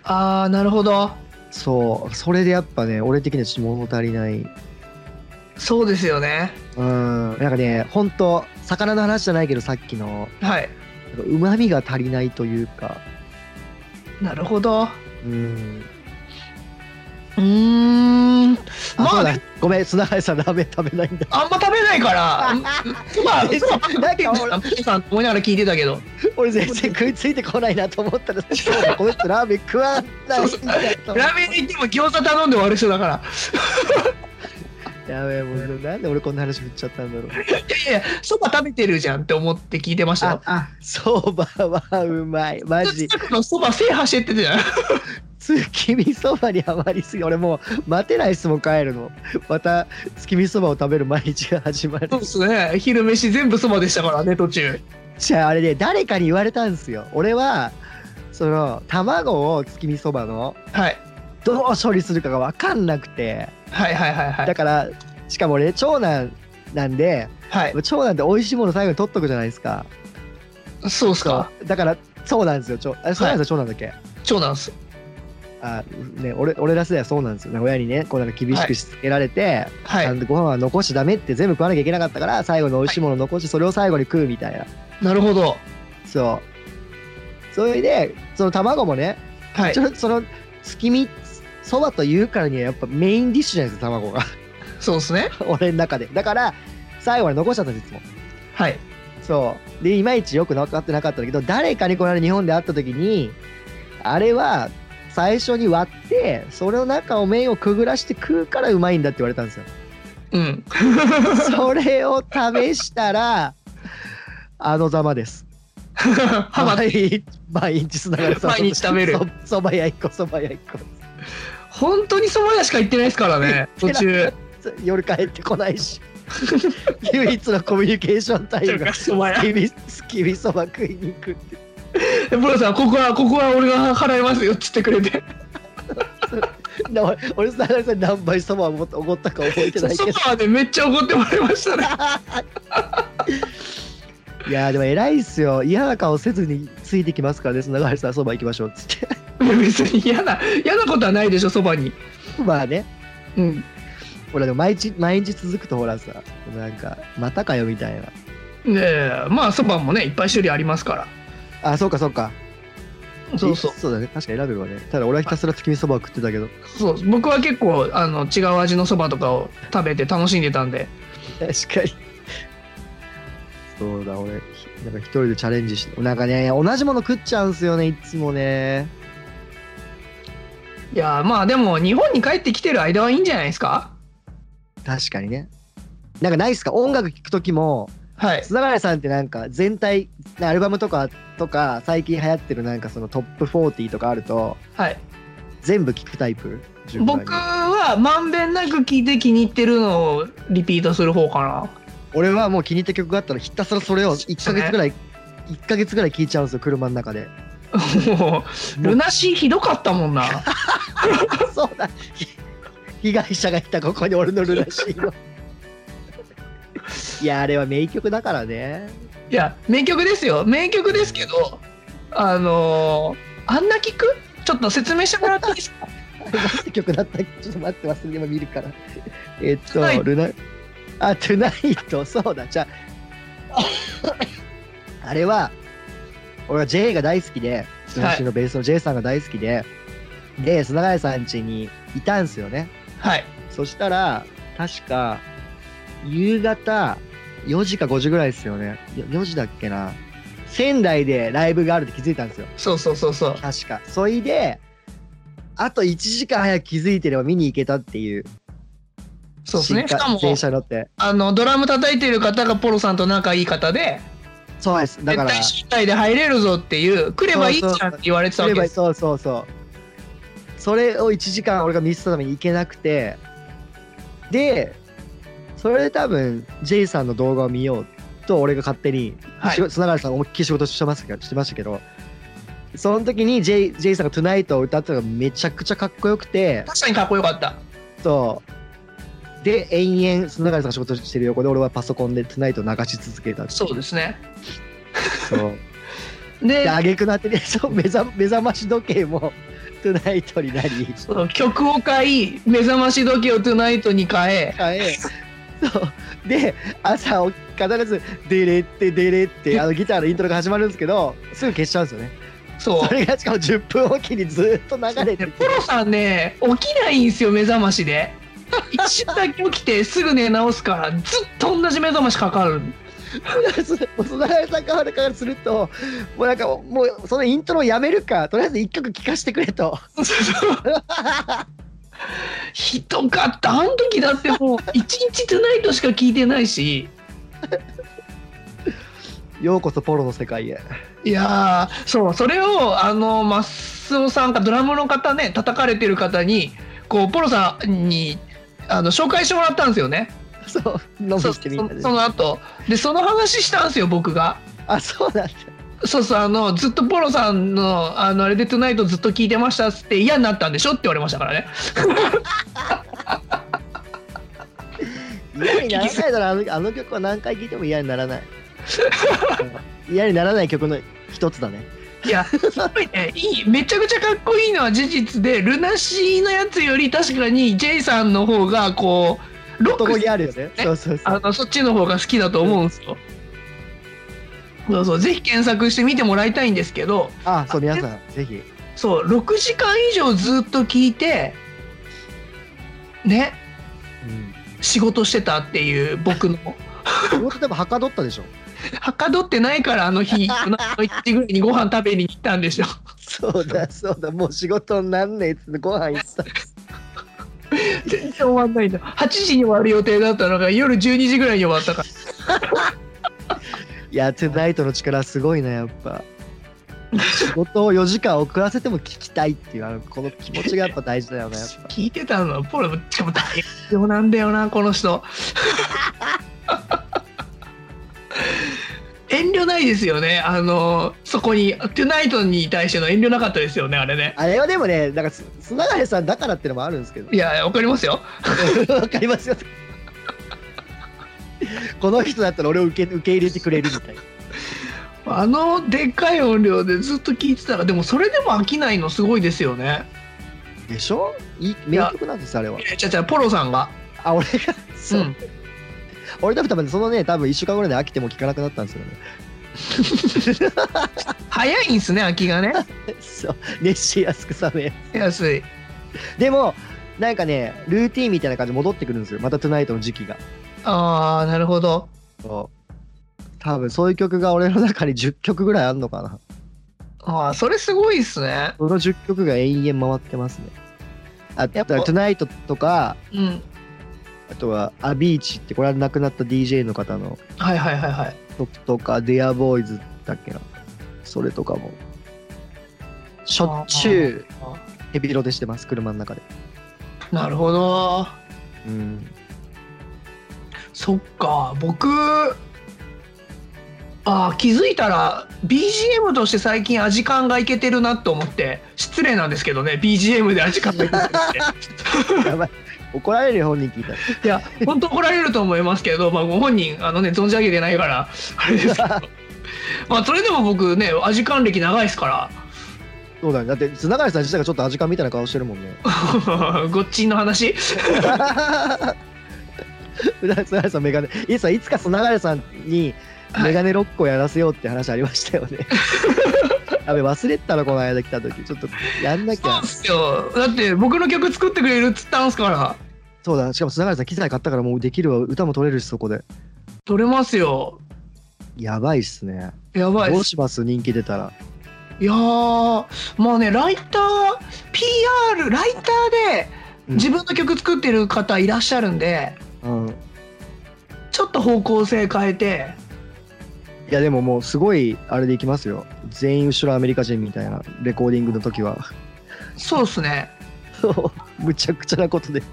あーなるほどそうそれでやっぱね俺的にはちょっと物足りないそうですよねうんなんかねほんと魚の話じゃないけどさっきのはいうまみが足りないというかなるほどううんーんあ、まそあうねだごめん砂原さんラーメン食べないんだあんま食べないから、ま (laughs) あ、そうなんか俺なんかさん思いながら聞いてたけど、俺全然食いついてこないなと思った (laughs) らそうだこいつラーメン食わないんだとラーメンに行っても餃子頼んで終わる人だから、やべえもうなんで俺こんな話振っちゃったんだろういやいや、そば食べてるじゃんって思って聞いてましたよ。あそばはうまいマジ近くのそば制覇して (laughs) ってたじゃん。月見そばにハマりすぎ俺もう待てないっすもん帰るのまた月見そばを食べる毎日が始まるそうですね、昼飯全部そばでしたからね、途中。じゃああれで誰かに言われたんですよ俺はその卵を月見そばのはい、どう処理するかが分かんなくてはい、はい、はい、はだい。からしかも俺ね長男なんではい、長男って美味しいもの最後に取っとくじゃないですかそうっすか、だからそうなんですよ長あそうなんですよ、長男だっけ長男っす。あね俺俺ら世代はそうなんですよね親にねこうなんか厳しくしつけられて、はあい、のご飯は残しちゃダメって全部食わなきゃいけなかったから最後の美味しいもの残してそれを最後に食うみたいななるほど。そうそれでその卵もねはいち、ょその月見そばというからにはやっぱメインディッシュじゃないですか卵が (laughs) そうですね。俺の中でだから最後に残しちゃったんですいつもはい、そうでいまいちよく分かってなかったんだけど誰かにこの間日本で会った時にあれは最初に割ってそれの中を麺をくぐらして食うからうまいんだって言われたん (laughs) ですようん。 (laughs) それを試したらあのざまですハマ毎日毎日砂川さん毎日食べるそそば屋一個そば屋一個本当にそば屋しか行ってないですからね、途中。夜帰ってこないし唯一のコミュニケーションタイ (laughs) ムがそば屋きびきびそば食いに行くってでプロさん、ここは、ここは俺が払いますよって言ってくれて。な俺俺砂川さんに何杯そばをおごったおごったか覚えてないけソどファーでめっちゃ怒ってもらいましたね。いやーでも偉いっすよ嫌な顔せずについてきますからね砂川さんそば行きましょうっつって (laughs) 別に嫌な、嫌なことはないでしょ、そばに。まあねうん。ほらでも毎日毎日続くとほらさなんかまたかよみたいなねえ、まあ、そばもね、いっぱい種類ありますか。あそうかそうからそうそう。そうだね確かに選べるわねただ俺はひたすら月見そばを食ってたけど (laughs) そう僕は結構、あの、違う味のそばとかを食べて楽しんでたんで。確かにそうだ、俺、ひなんか一人でチャレンジして、なんかね、同じもの食っちゃうんすよね、いつもね。いやーまあでも日本に帰ってきてる間はいいんじゃないですか確かにね。なんかないっすか音楽聴くときも、はい菅原さんってなんか全体、アルバムとか、とか、最近流行ってるなんかそのトップ40とかあると、はい全部聴くタイプ順番に僕はまんべんなく聞いて気に入ってるのをリピートする方かな俺はもう気に入った曲があったらひたすらそれを1ヶ月ぐらい、1ヶ月ぐらい聴いちゃうんですよ、車の中 (laughs) で。もうルナシーひどかった (laughs) もんなそうだ。被害者がいたここに俺のルナシ (laughs) ーの。いや、あれは名曲だからね。いや名曲ですよ名曲ですけどあのーあんな聞くちょっと説明してもらっていいですか何て曲だったっけちょっと待って、忘れて今見るから。 (laughs) えっと、 Tonight ルナ、あ、トゥナイト、 (laughs) そうだ、じゃあ、あれは、俺は J が大好きで、ルナシーのベースの J さんが大好きで、で、砂谷さん家にいたんすよね。はいそしたら、確か、夕方4時か5時ぐらいですよね。よ4時だっけな。仙台でライブがあるって気づいたんですよ。そうそうそうそう確か。そいで、あと1時間早く気づいてれば見に行けたっていう。そうですねし新か幹も電車乗って。あのドラム叩いてる方がポロさんと仲いい方でそうです。だ絶から、対集体で入れるぞっていう来ればいいじゃんって言われてたそうわいえけばいでいすそうそうそう。それを1時間俺がミスったために行けなくて、で、それで多分 J さんの動画を見ようと俺が勝手にはいし砂原さん思いっきり仕事してますけどしてましたけどその時に J, J さんが「TONIGHT」を歌ったのがめちゃくちゃかっこよくて確かにかっこよかったそうで延々砂原さんが仕事してる横で俺はパソコンで「TONIGHT」を流し続けたっていそうですね (laughs) そうでで挙句のあてでそう目覚目覚まし時計も (laughs) 「TONIGHT」になりその曲を変え目覚まし時計をトゥナイトに変え変え (laughs) そうで朝起き必ず「デレってデレ」ってあのギターのイントロが始まるんですけどすぐ消しちゃうんですよねそうそれがしかも10分おきにずっと流れて (laughs) ポロさんね起きないんですよ目覚ましで一瞬だけ起きて (laughs) すぐ寝直すからずっと同じ目覚ましかかる (laughs) 細田さん側からするともうなんかもうそのイントロをやめるかとりあえず一曲聴かせてくれとひどかったあの時だってもう一日トゥナイトしか聞いてないしようこそポロの世界へいやーそうそれをあのマスオさんかドラムの方ね叩かれてる方にこうポロさんにあの紹介してもらったんですよねそう飲みそしてみんなそでその後でその話したんですよ僕が。あそうなんだそうそうあのずっとポロさんの「あのあれでトゥナイトずっと聞いてました」っつって嫌になったんでしょって言われましたからね嫌にならないだろあのあの曲は何回聴いても嫌になら (laughs) ないうん嫌にならない曲の一つだねいやすごいねいいめちゃくちゃかっこいいのは事実でルナシーのやつより確かに J さんの方がこうロッ男ク気あるよね。そうそうそあう。のそっちの方が好きだと思うんですよ、そうそうぜひ検索して見てもらいたいんですけどあ、そう、皆さん、ぜひ。そう6時間以上ずっと聞いてね仕事してたっていう僕の。うん。僕、例えば、はかどったでしょ。はかどってないからあの日あの1時ぐらいにご飯食べに行ったんでしょそうだ、そうだ、もう仕事になんねえっつって、ご飯行ってた。全然終わんないんだ8時に終わる予定だったのが夜12時ぐらいに終わったからいや、トゥナイトの力すごいな、やっぱ。仕事を4時間遅らせても聞きたいっていう、あの、この気持ちがやっぱ大事だよね、やっぱ。聞いてたのはポロしかも大量なんだよなこの人 (laughs) 遠慮ないですよねあのそこに「トゥナイト」に対しての遠慮なかったですよねあれねあれはでもね、なんかす、砂谷さんだからってのもあるんですけどい、やわかりますよ (laughs) わかりますよ。この人だったら俺を受け受け入れてくれるみたいな。あのでっかい音量でずっと聞いてたらでもそれでも飽きないのすごいですよねでしょいい名曲なんです、あれは。いや違う違うポロさんがあ、俺が、そうう。ん俺多分多分そのね多分1週間ぐらいで飽きても聞かなくなったんですよね早いんすね空き (laughs) がねそう熱しやすく冷め安いでもなんかねルーティンみたいな感じで戻ってくるんですよまた「トゥナイトの時期がああなるほどそ多分そういう曲が俺の中に10曲ぐらいあんのかな。ああ、それすごいっすね。その10曲が延々回ってますね。あやだかっぱら Tonight とか、うん。あとはアビーチってこれは亡くなった DJ の方のはいはいはいはい。曲とか、Dear Boys だっけな。それとかも。しょっちゅうあヘビロテしてます、車の中で。なるほど。うん。そっか、僕、ああ、気づいたら BGM として最近アジカンがいけてるなと思って、失礼なんですけどね、BGM でアジカンがいけてるって。やばい。怒られるよ本人聞いたら。いや、本当怒られると思いますけど、まあ、ご本人、あのね、存じ上げてないから、あれですけど。まあ、それでも僕ね、アジカン歴長いですかそうだね。だって、津永さん自体がちょっと味感みたいな顔してるもんね。 (laughs) ら、 (laughs) ごっちんの話。うな津流さんメガネいつかいつか津流さんにメガネロックをやらせようって話ありましたよ (laughs) ねやべ忘れてたのこの間来た時ちょっとやんなきそうゃっすよ。だって、僕の曲作ってくれるっつったんすから、そうだしかも津流さん機材買ったからもうできるわ歌も取れるしそこで取れますよ。やばいっすねやばいどっうす。します人気出たらいやー、まあね、ライター、PR、ライターでうん自分の曲作ってる方いらっしゃるんで、うんいちょっと方向性変えて、やでももうすごいあれでいきますよ全員後ろアメリカ人みたいなレコーディングの時は (laughs) そうっすね。むちゃくちゃなことで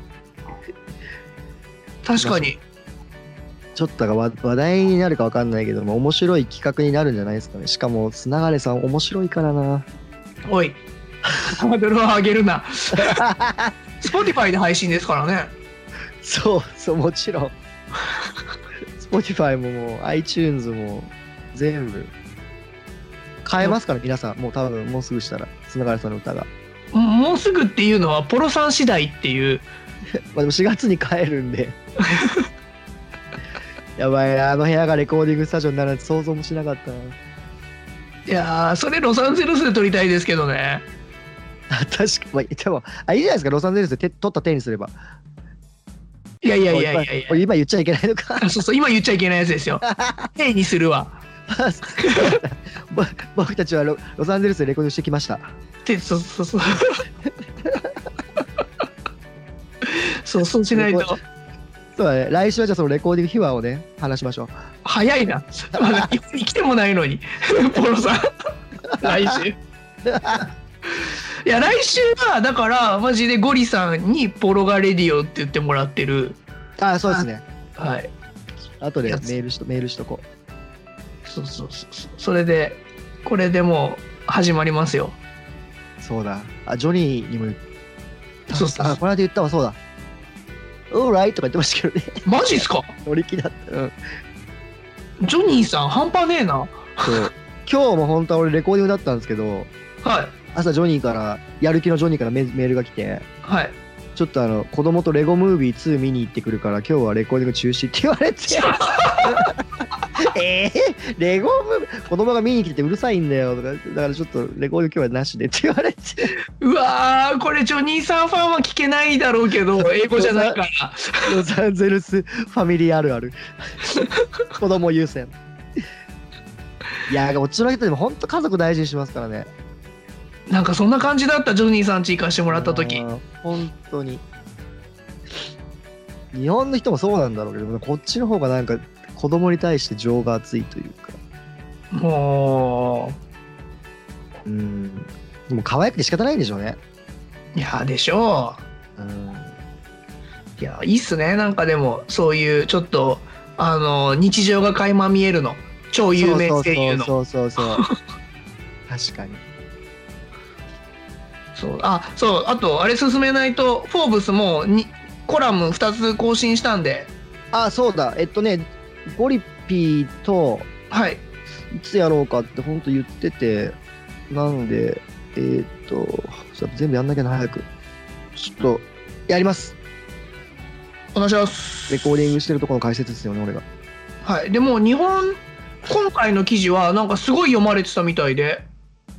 確かに。ちょっとが話話題になるかわかんないけども面白い企画になるんじゃないですかねしかもつながれさん面白いからなおい、ハードルは上げる (laughs) な。Spotify で配信ですからね。そうそうもちろん Spotify ももう iTunes も全部変えますから皆さんもう多分もうすぐしたらつながれさんの歌が、ももうすぐっていうのはポロさん次第っていう。まあ、でも4月に変えるんで (laughs) やばいなあの部屋がレコーディングスタジオになるなんて想像もしなかったないやー、それロサンゼルスで撮りたいですけどね。あ確かまあでもあいいじゃないですかロサンゼルスで手取った手にすればいやいやいやいやいこや。れ今言っちゃいけないのか (laughs) あそうそう、今言っちゃいけないやつですよ。例にするわ。ぼ僕たちはロロサンゼルスでレコーディングしてきました。てそうそうそう。そう、そうしないと。そうだね、来週はじゃあそのレコーディング秘話をね、話しましょう。早いな。まだ生きてもないのに。ポロさん。来週。いや、来週は、だから、マジでゴリさんにポロがレディオって言ってもらってる。 (laughs) あ、そうですね。はい。あとでメやつールしと、メールしとこそうそうそうそう。それで、これでもう始まりますよ。う。そうだ。あ、ジョニーにも言った。そうそうそうあ、この間言ったわ、そうだ。オーライとか言ってましたけどね。 (laughs) マジっすか乗り気だった。うん。ジョニーさん、半端ねえな。はい。そう。今日も本当は俺レコーディングだったんですけど、朝ジョニーから、やる気のジョニーからメメールが来て、はい。ちょっとあの、子供とレゴムービー2見に行ってくるから、今日はレコーディング中止って言われて。 (laughs) えー、レゴムービー、子供が見に来ててうるさいんだよとか、だからちょっとレコーディング今日はなしでって言われて。うわー、これジョニーさんファンは聞けないだろうけど、英語じゃないから。ロサンゼルスファミリーあるある (laughs) 子供優先いやーこっちの人でも本当家族大事にしますからねなんかそんな感じだった、ジョニーさんち行かしてもらったあ時。ー本当に日本の人もそうなんだろうけどこっちの方がなんか子供に対して情が熱いというかもうんでも可愛くて仕方ないんでしょうねう、いやーでしょうんう。いやー、いいっすね。なんかでも、そういうちょっと、あのー、日常が垣間見えるの。超有名声優の。そうそうそうそうそう確かにそうあ、そう、あと、あれ進めないと、フォーブスもにコラム2つ更新したんで、あそうだえっとねゴリピーとはい。いつやろうかって本当言ってて、なんで、えーっと、ちょっと全部やんなきゃな、早く。ちょっと、やります。お願いします。レコーディングしてるとこの解説ですよね、俺が。はい。でも、日本、今回の記事は、なんかすごい読まれてたみたいで。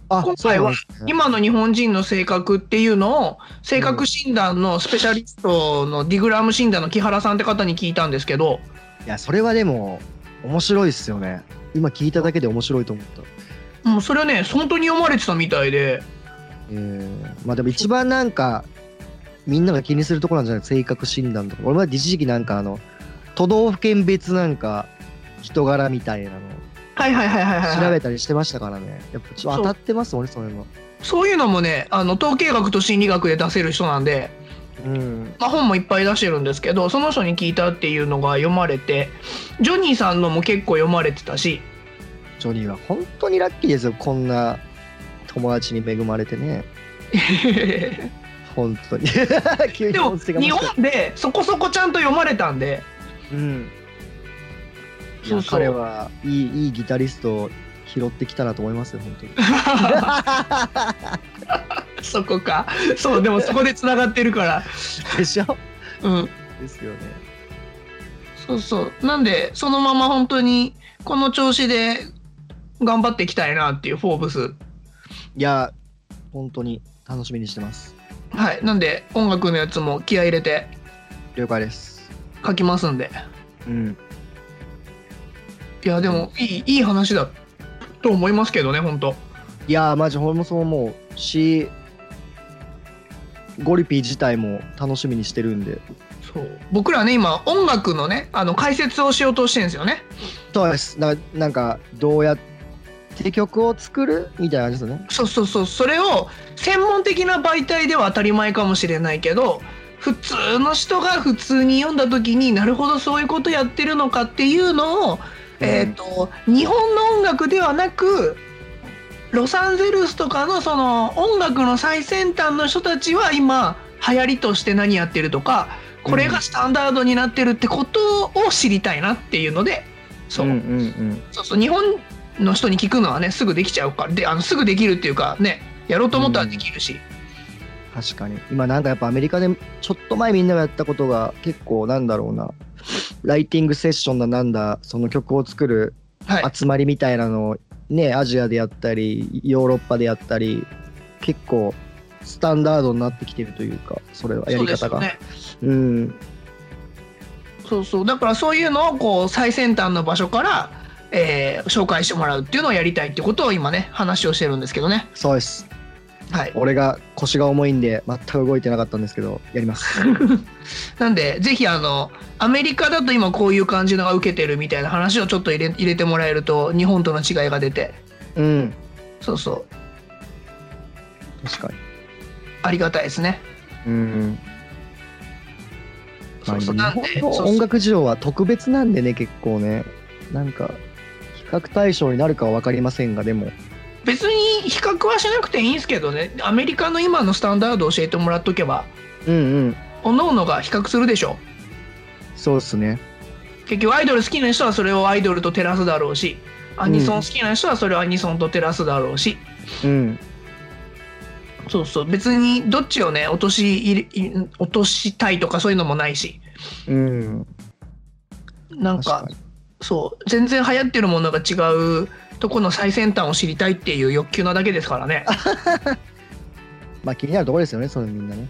あ今回はそうなんですね今の日本人の性格っていうのを性格診断のスペシャリストのディグラム診断の木原さんって方に聞いたんですけどいや、それはでも、面白いっすよね今聞いただけで面白いと思ったもうそれはね本当に読まれてたみたいでえーまあでも一番なんかみんなが気にするところなんじゃない性格診断とか俺は一時期なんかあの都道府県別なんか人柄みたいなのはいはいはいはいはい、調はべい、たりしてましたからねやっぱちょっとそう当たってます俺それもそういうのもねあの統計学と心理学で出せる人なんで、うんまあ、本もいっぱい出してるんですけどその人に聞いたっていうのが読まれてジョニーさんのも結構読まれてた (laughs) しジョニーは本当にラッキーですよこんな友達に恵まれてね本当に (laughs) 急にでも音声が日本でそこそこちゃんと読まれたんでうんいやそうそう彼はいいいいギタリストを拾ってきたなと思いますよ本当にそこかそうでもそこでつながってるから (laughs) でしょうんですよねそうそうなんでそのまま本当にこの調子で頑張っていきたいなっていう「フォーブス」いや本当に楽しみにしてますはいなんで音楽のやつも気合い入れて了解です書きますんでうんいやでもいいいい話だと思いますけどね本当いやーマジ俺もそう思うしゴリピー自体も楽しみにしてるんでそう僕らね今音楽のねあの解説をしようとしてるんですよねそうですななんかどうやって曲を作るみたいな感じですよねそうそうそうそれを専門的な媒体では当たり前かもしれないけど普通の人が普通に読んだ時になるほどそういうことやってるのかっていうのを、えっ、と日本の音楽ではなくロサンゼルスとかのその音楽の最先端の人たちは今流行りとして何やってるとかこれがスタンダードになってるってことを知りたいなっていうのでそう、んうんそうそう日本の人に聞くのはねすぐできちゃうからであのすぐできるっていうかねやろうと思ったらできるし、確かに今なんかやっぱアメリカでちょっと前みんながやったことが結構なんだろうなライティングセッションだなんだその曲を作るはい集まりみたいなのをねアジアでやったりヨーロッパでやったり結構スタンダードになってきてるというかそれはやりそうです方がよねうんそうそうだからそういうのをこう最先端の場所から、えー紹介してもらうっていうのをやりたいってことを今ね話をしてるんですけどねそうですはい俺が腰が重いんで全く動いてなかったんですけどやりますなんでぜひあのアメリカだと今こういう感じのが受けてるみたいな話をちょっと入れ入れてもらえると日本との違いが出てうんそうそう確かにありがたいですねうん、まあ、日そうそう本なんでのそう音楽事情は特別なんでね結構ねなんか比較対象になるかは分かりませんがでも別に比較はしなくていいんですけどねアメリカの今のスタンダードを教えてもらっとけばうんうん各々が比較するでしょそうっすね結局アイドル好きな人はそれをアイドルと照らすだろうしアニソン好きな人はそれをアニソンと照らすだろうし、うんそうそう別にどっちをね落とし入れい落としたいとかそういうのもないしうんなんか確かにそう全然流行ってるものが違うとこの最先端を知りたいっていう欲求なだけですからね、まあ気になるところですよねそれみんなね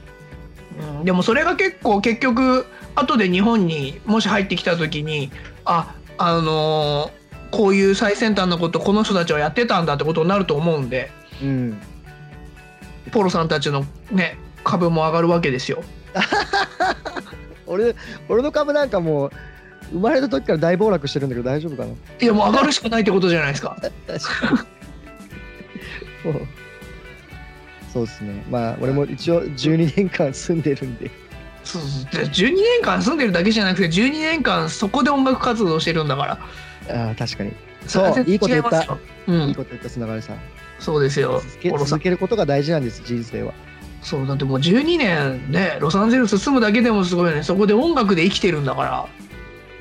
うん、でもそれが結構結局後で日本にもし入ってきた時にああのーこういう最先端のことこの人たちはやってたんだってことになると思うんでうんポロさんたちのね株も上がるわけですよ。俺俺の株なんかもう生まれた時から大暴落してるんだけど大丈夫かないやもう上がるしかないってことじゃないですか。確かに (laughs) そうそうですねまあ俺も一応12年間住んでるんでそうそうで12年間住んでるだけじゃなくて12年間そこで音楽活動してるんだからああ確かにれそうは全然いいこと言った違いますよういいん、こと言った砂川さんそうですよ続けポロさ続んけることが大事なんです人生はそうだってもう12年ねロサンゼルス住むだけでもすごいよねそこで音楽で生きてるんだから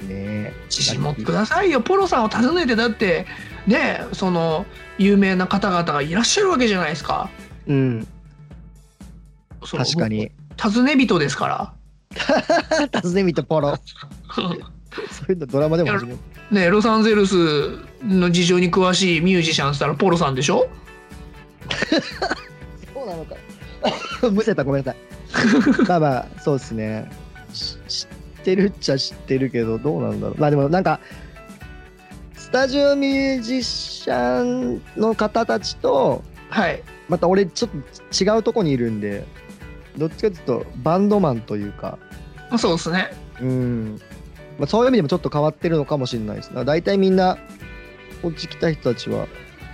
ねえ自信持ってくださいよポロさんを訪ねてだってねその有名な方々がいらっしゃるわけじゃないですかうんそう確か (laughs) に訪ね人で (laughs) すから尋ねみてポロそういうのドラマでも始めるねロサンゼルスの事情に詳しいミュージシャンしたらポロさんでしょそうなのかむせたごめ (laughs) んなさいまあまあそうですねし知ってるっちゃ知ってるけどどうなんだろうまあでもなんかタジオミュージシャンの方たちとはい。また俺ちょっと違うとこにいるんでどっちかというとバンドマンというかまあそうですね。うん、まあ、そういう意味でもちょっと変わってるのかもしれないですだから大体みんなこっち来た人たちは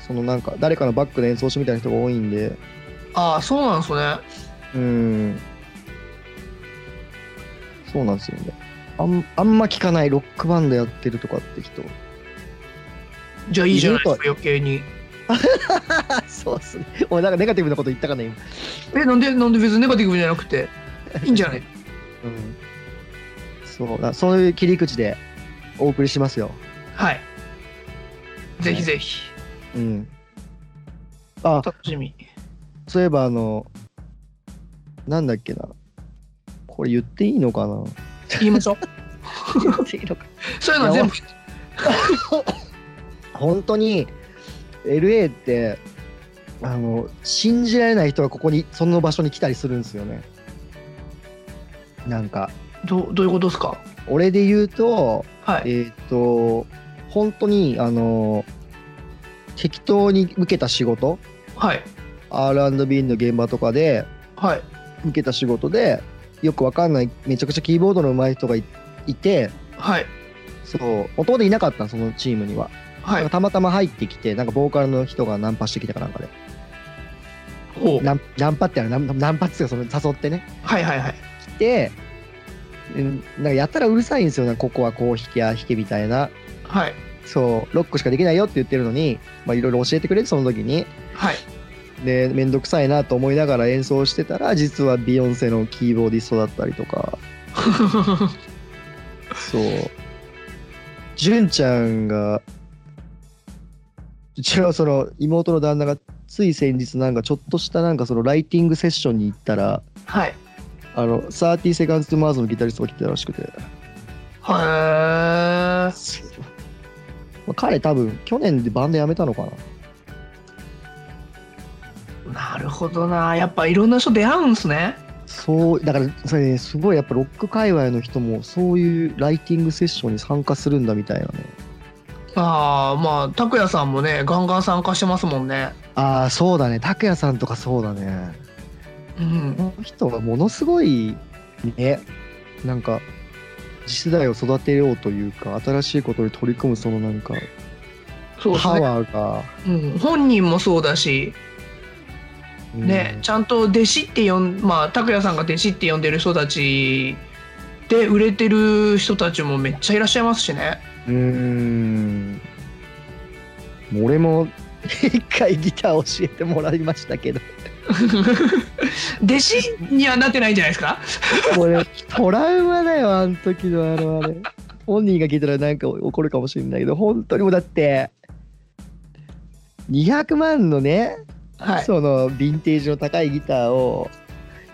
そのなんか誰かのバックで演奏してみたいな人が多いんでああ、そうなんですね。うんそうなんですよねあんあんま聞かないロックバンドやってるとかって人じゃあいいじゃないですか、余計に。 (laughs) そうっすね俺なんかネガティブなこと言ったかね今え、なんで、なんで別にネガティブじゃなく (laughs) て。いいんじゃないうんそうだそういう切り口でお送りしますよはい。ぜひぜひ。うんあ楽しみ。そういえばあのなんだっけなこれ言っていいのかな言いまし (laughs) ょう。そういうのは全部。本当に LA ってあの信じられない人がここにその場所に来たりするんですよねなんかどう、どういうことですか。俺で言うとはい。えーっ、と本当にあの適当に受けた仕事はい。 R&B の現場とかではい。受けた仕事でよくわかんないめちゃくちゃキーボードの上手い人がいいてはい。そう元々いなかったのそのチームには、はなんいか。たまたま入ってきてなんかボーカルの人がナンパしてきたかなんかでほう。ナンナンパってあれナンナンパっつうかその誘ってねはいはいはい。来てうんなんかやったらうるさいんですよなんかここはこう弾きや弾けみたいなはい。そうロックしかできないよって言ってるのにまあいろいろ教えてくれてその時に (laughs) はい。で面倒くさいなと思いながら演奏してたら実はビヨンセのキーボーディストだったりとかそう。純ちゃんが、うちのその妹の旦那がつい先日なんかちょっとしたなんかそのライティングセッションに行ったら、はい。あの、30 Seconds to Mars のギタリストが来てたらしくて、はまあ彼多分去年でバンド辞めたのかな。え。なるほどな。やっぱいろんな人出会うんすね。そう、だからそれね、すごいやっぱロック界隈の人もそういうライティングセッションに参加するんだみたいなね。ああ、まあ、拓也さんもね、ガンガン参加してますもんね。ああ、そうだね。拓也さんとかそうだね。うん。この人はものすごいねなんか次世代を育てようというか新しいことに取り組むそのなんかそうですパね。ワーがうん、本人もそうだし、ね、ちゃんと弟子って呼ん、まあ、拓也さんが弟子って呼んでる人たちで売れてる人たちもめっちゃいらっしゃいますしね。うんうんもう俺も一回ギター教えてもらいましたけど弟子にはなってないんじゃないですか俺トラウマだよ (laughs) あの時のあのあれ本人が聞いたらなんか怒るかもしれないけど本当にもうだって200万のねはい。そのヴィンテージの高いギターを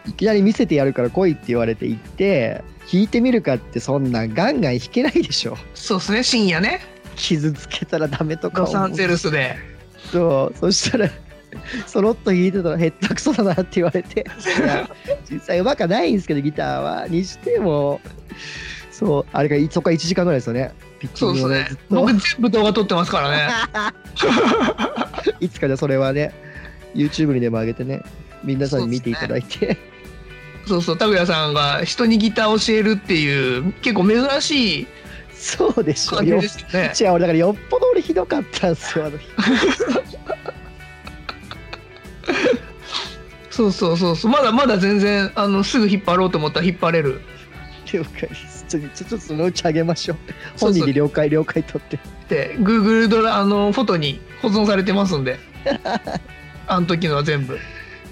いきなり見せてやるから来いって言われて行って弾いてみるかってそんなんガンガン弾けないでしょ (laughs) そうですね、深夜ね、傷つけたらダメとかロサンゼルススで。そうそしたらそろっと弾いてたらヘッタクソだなって言われ (laughs) ていや実際うまかないんですけどギターはにしてもそうあれがそっから1時間ぐらいですよねピッチンそうグでをすねずっ。と僕全部動画撮ってますからね。 (laughs) いつかじゃあそれはね YouTube にでも上げてね皆さんに見ていただいて、そうそう、拓也さんが人にギター教えるっていう、結構珍しいそうでしょ感じですよね。違う俺だからよっぽど俺ひどかったんすよあの日そうそうそうそう、まだまだ全然、あの、すぐ引っ張ろうと思ったら引っ張れる。了解ですちょちょちょっとそのうちあげましょうそうそう本人に了解了解取ってで Google ドラあのフォトに保存されてますん (laughs) であの時のは全部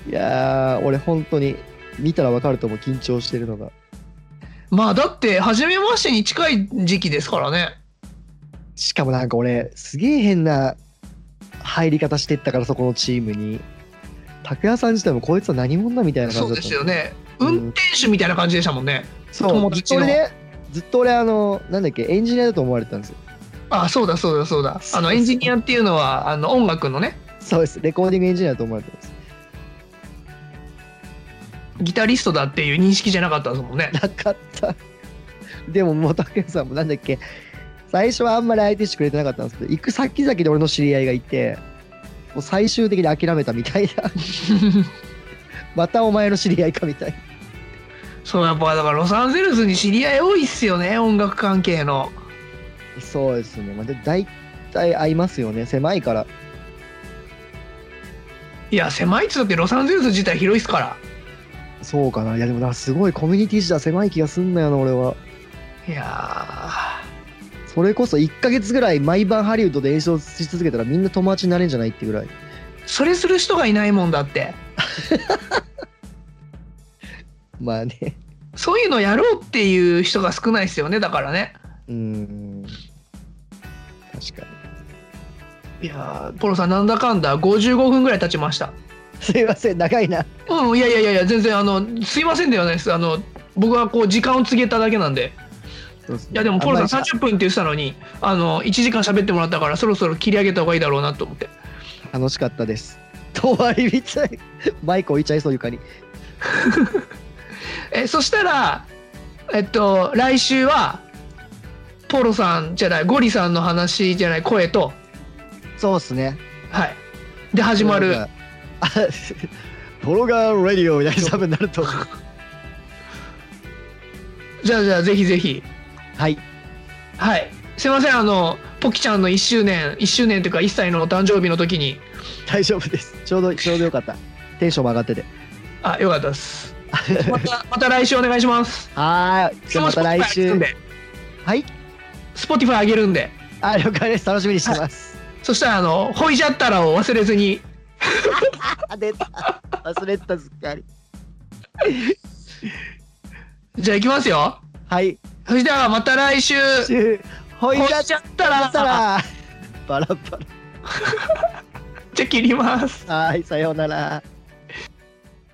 いやー俺本当に見たらわかると思う緊張してるのがまあだって初めましてに近い時期ですからねしかもなんか俺すげえ変な入り方してったからそこのチームに拓哉さん自体もこいつは何者だみたいな感そじだったのうですよねうん運転手みたいな感じでしたもんね、そ友うずっと達の俺ねずっと俺あのなんだっけエンジニアだと思われてたんですよあそうだそうだそうだあそうそのうエンジニアっていうのはあの音楽のねそうですレコーディングエンジニアだと思われてたんですギタリストだって (laughs) いう認識じゃなかったですもんねなかった。でも、もう拓哉さんもなんだっけ、最初はあんまり相手してくれてなかったんですけど行く先々で俺の知り合いがいてもう最終的に諦めたみたいな (laughs) またお前の知り合いかみたいなそうやっぱだからロサンゼルスに知り合い多いっすよね音楽関係のそうですね、まあ、で大体合いますよね狭いからいや狭いっつだってロサンゼルス自体広いっすからそうかないやでもなんかすごいコミュニティ自体狭い気がすんなよな俺はいやそれこそ1ヶ月ぐらい毎晩ハリウッドで演奏し続けたらみんな友達になれんじゃないってぐらいーそれする人がいないもんだってまあねそういうのやろうっていう人が少ないっすよねだからねうーん (laughs) 確かにいやーポロさんなんだかんだ55分ぐらい経ちましたすいません長いなうんいやいやいやいや全然あのすいませんではないですあの僕はこう時間を告げただけなんでそうですねいやでもポロさんあんま30分って言ってたのにあの1時間喋ってもらったからそろそろ切り上げた方がいいだろうなと思ってり楽しかったです (laughs) 終わりみたいマイク置いちゃいそう床にえそしたらえっと来週はポロさんじゃないゴリさんの話じゃない声とそうっすねはいで始まるあ (laughs) ポロガーラディオみたいな多分なると (laughs) 思うじゃあじゃあぜひぜひはいはいすいませんあのポキちゃんの1周年1周年というか1歳のお誕生日の時に大丈夫ですちょうどちょうどよかったテンションも上がっててあよかったです (laughs) またまた来週お願いしますはーいじゃあまた来週はいスポティファイあげるんであ了解です楽しみにしてます、そしたらあの「ほいじゃったら」を忘れずに (laughs) あ出た忘れてたすっかりじゃあ行きますよはいそしたらまた来週週ほいほいじゃっじゃったらたらバラバじゃあ切りますラはいさようなら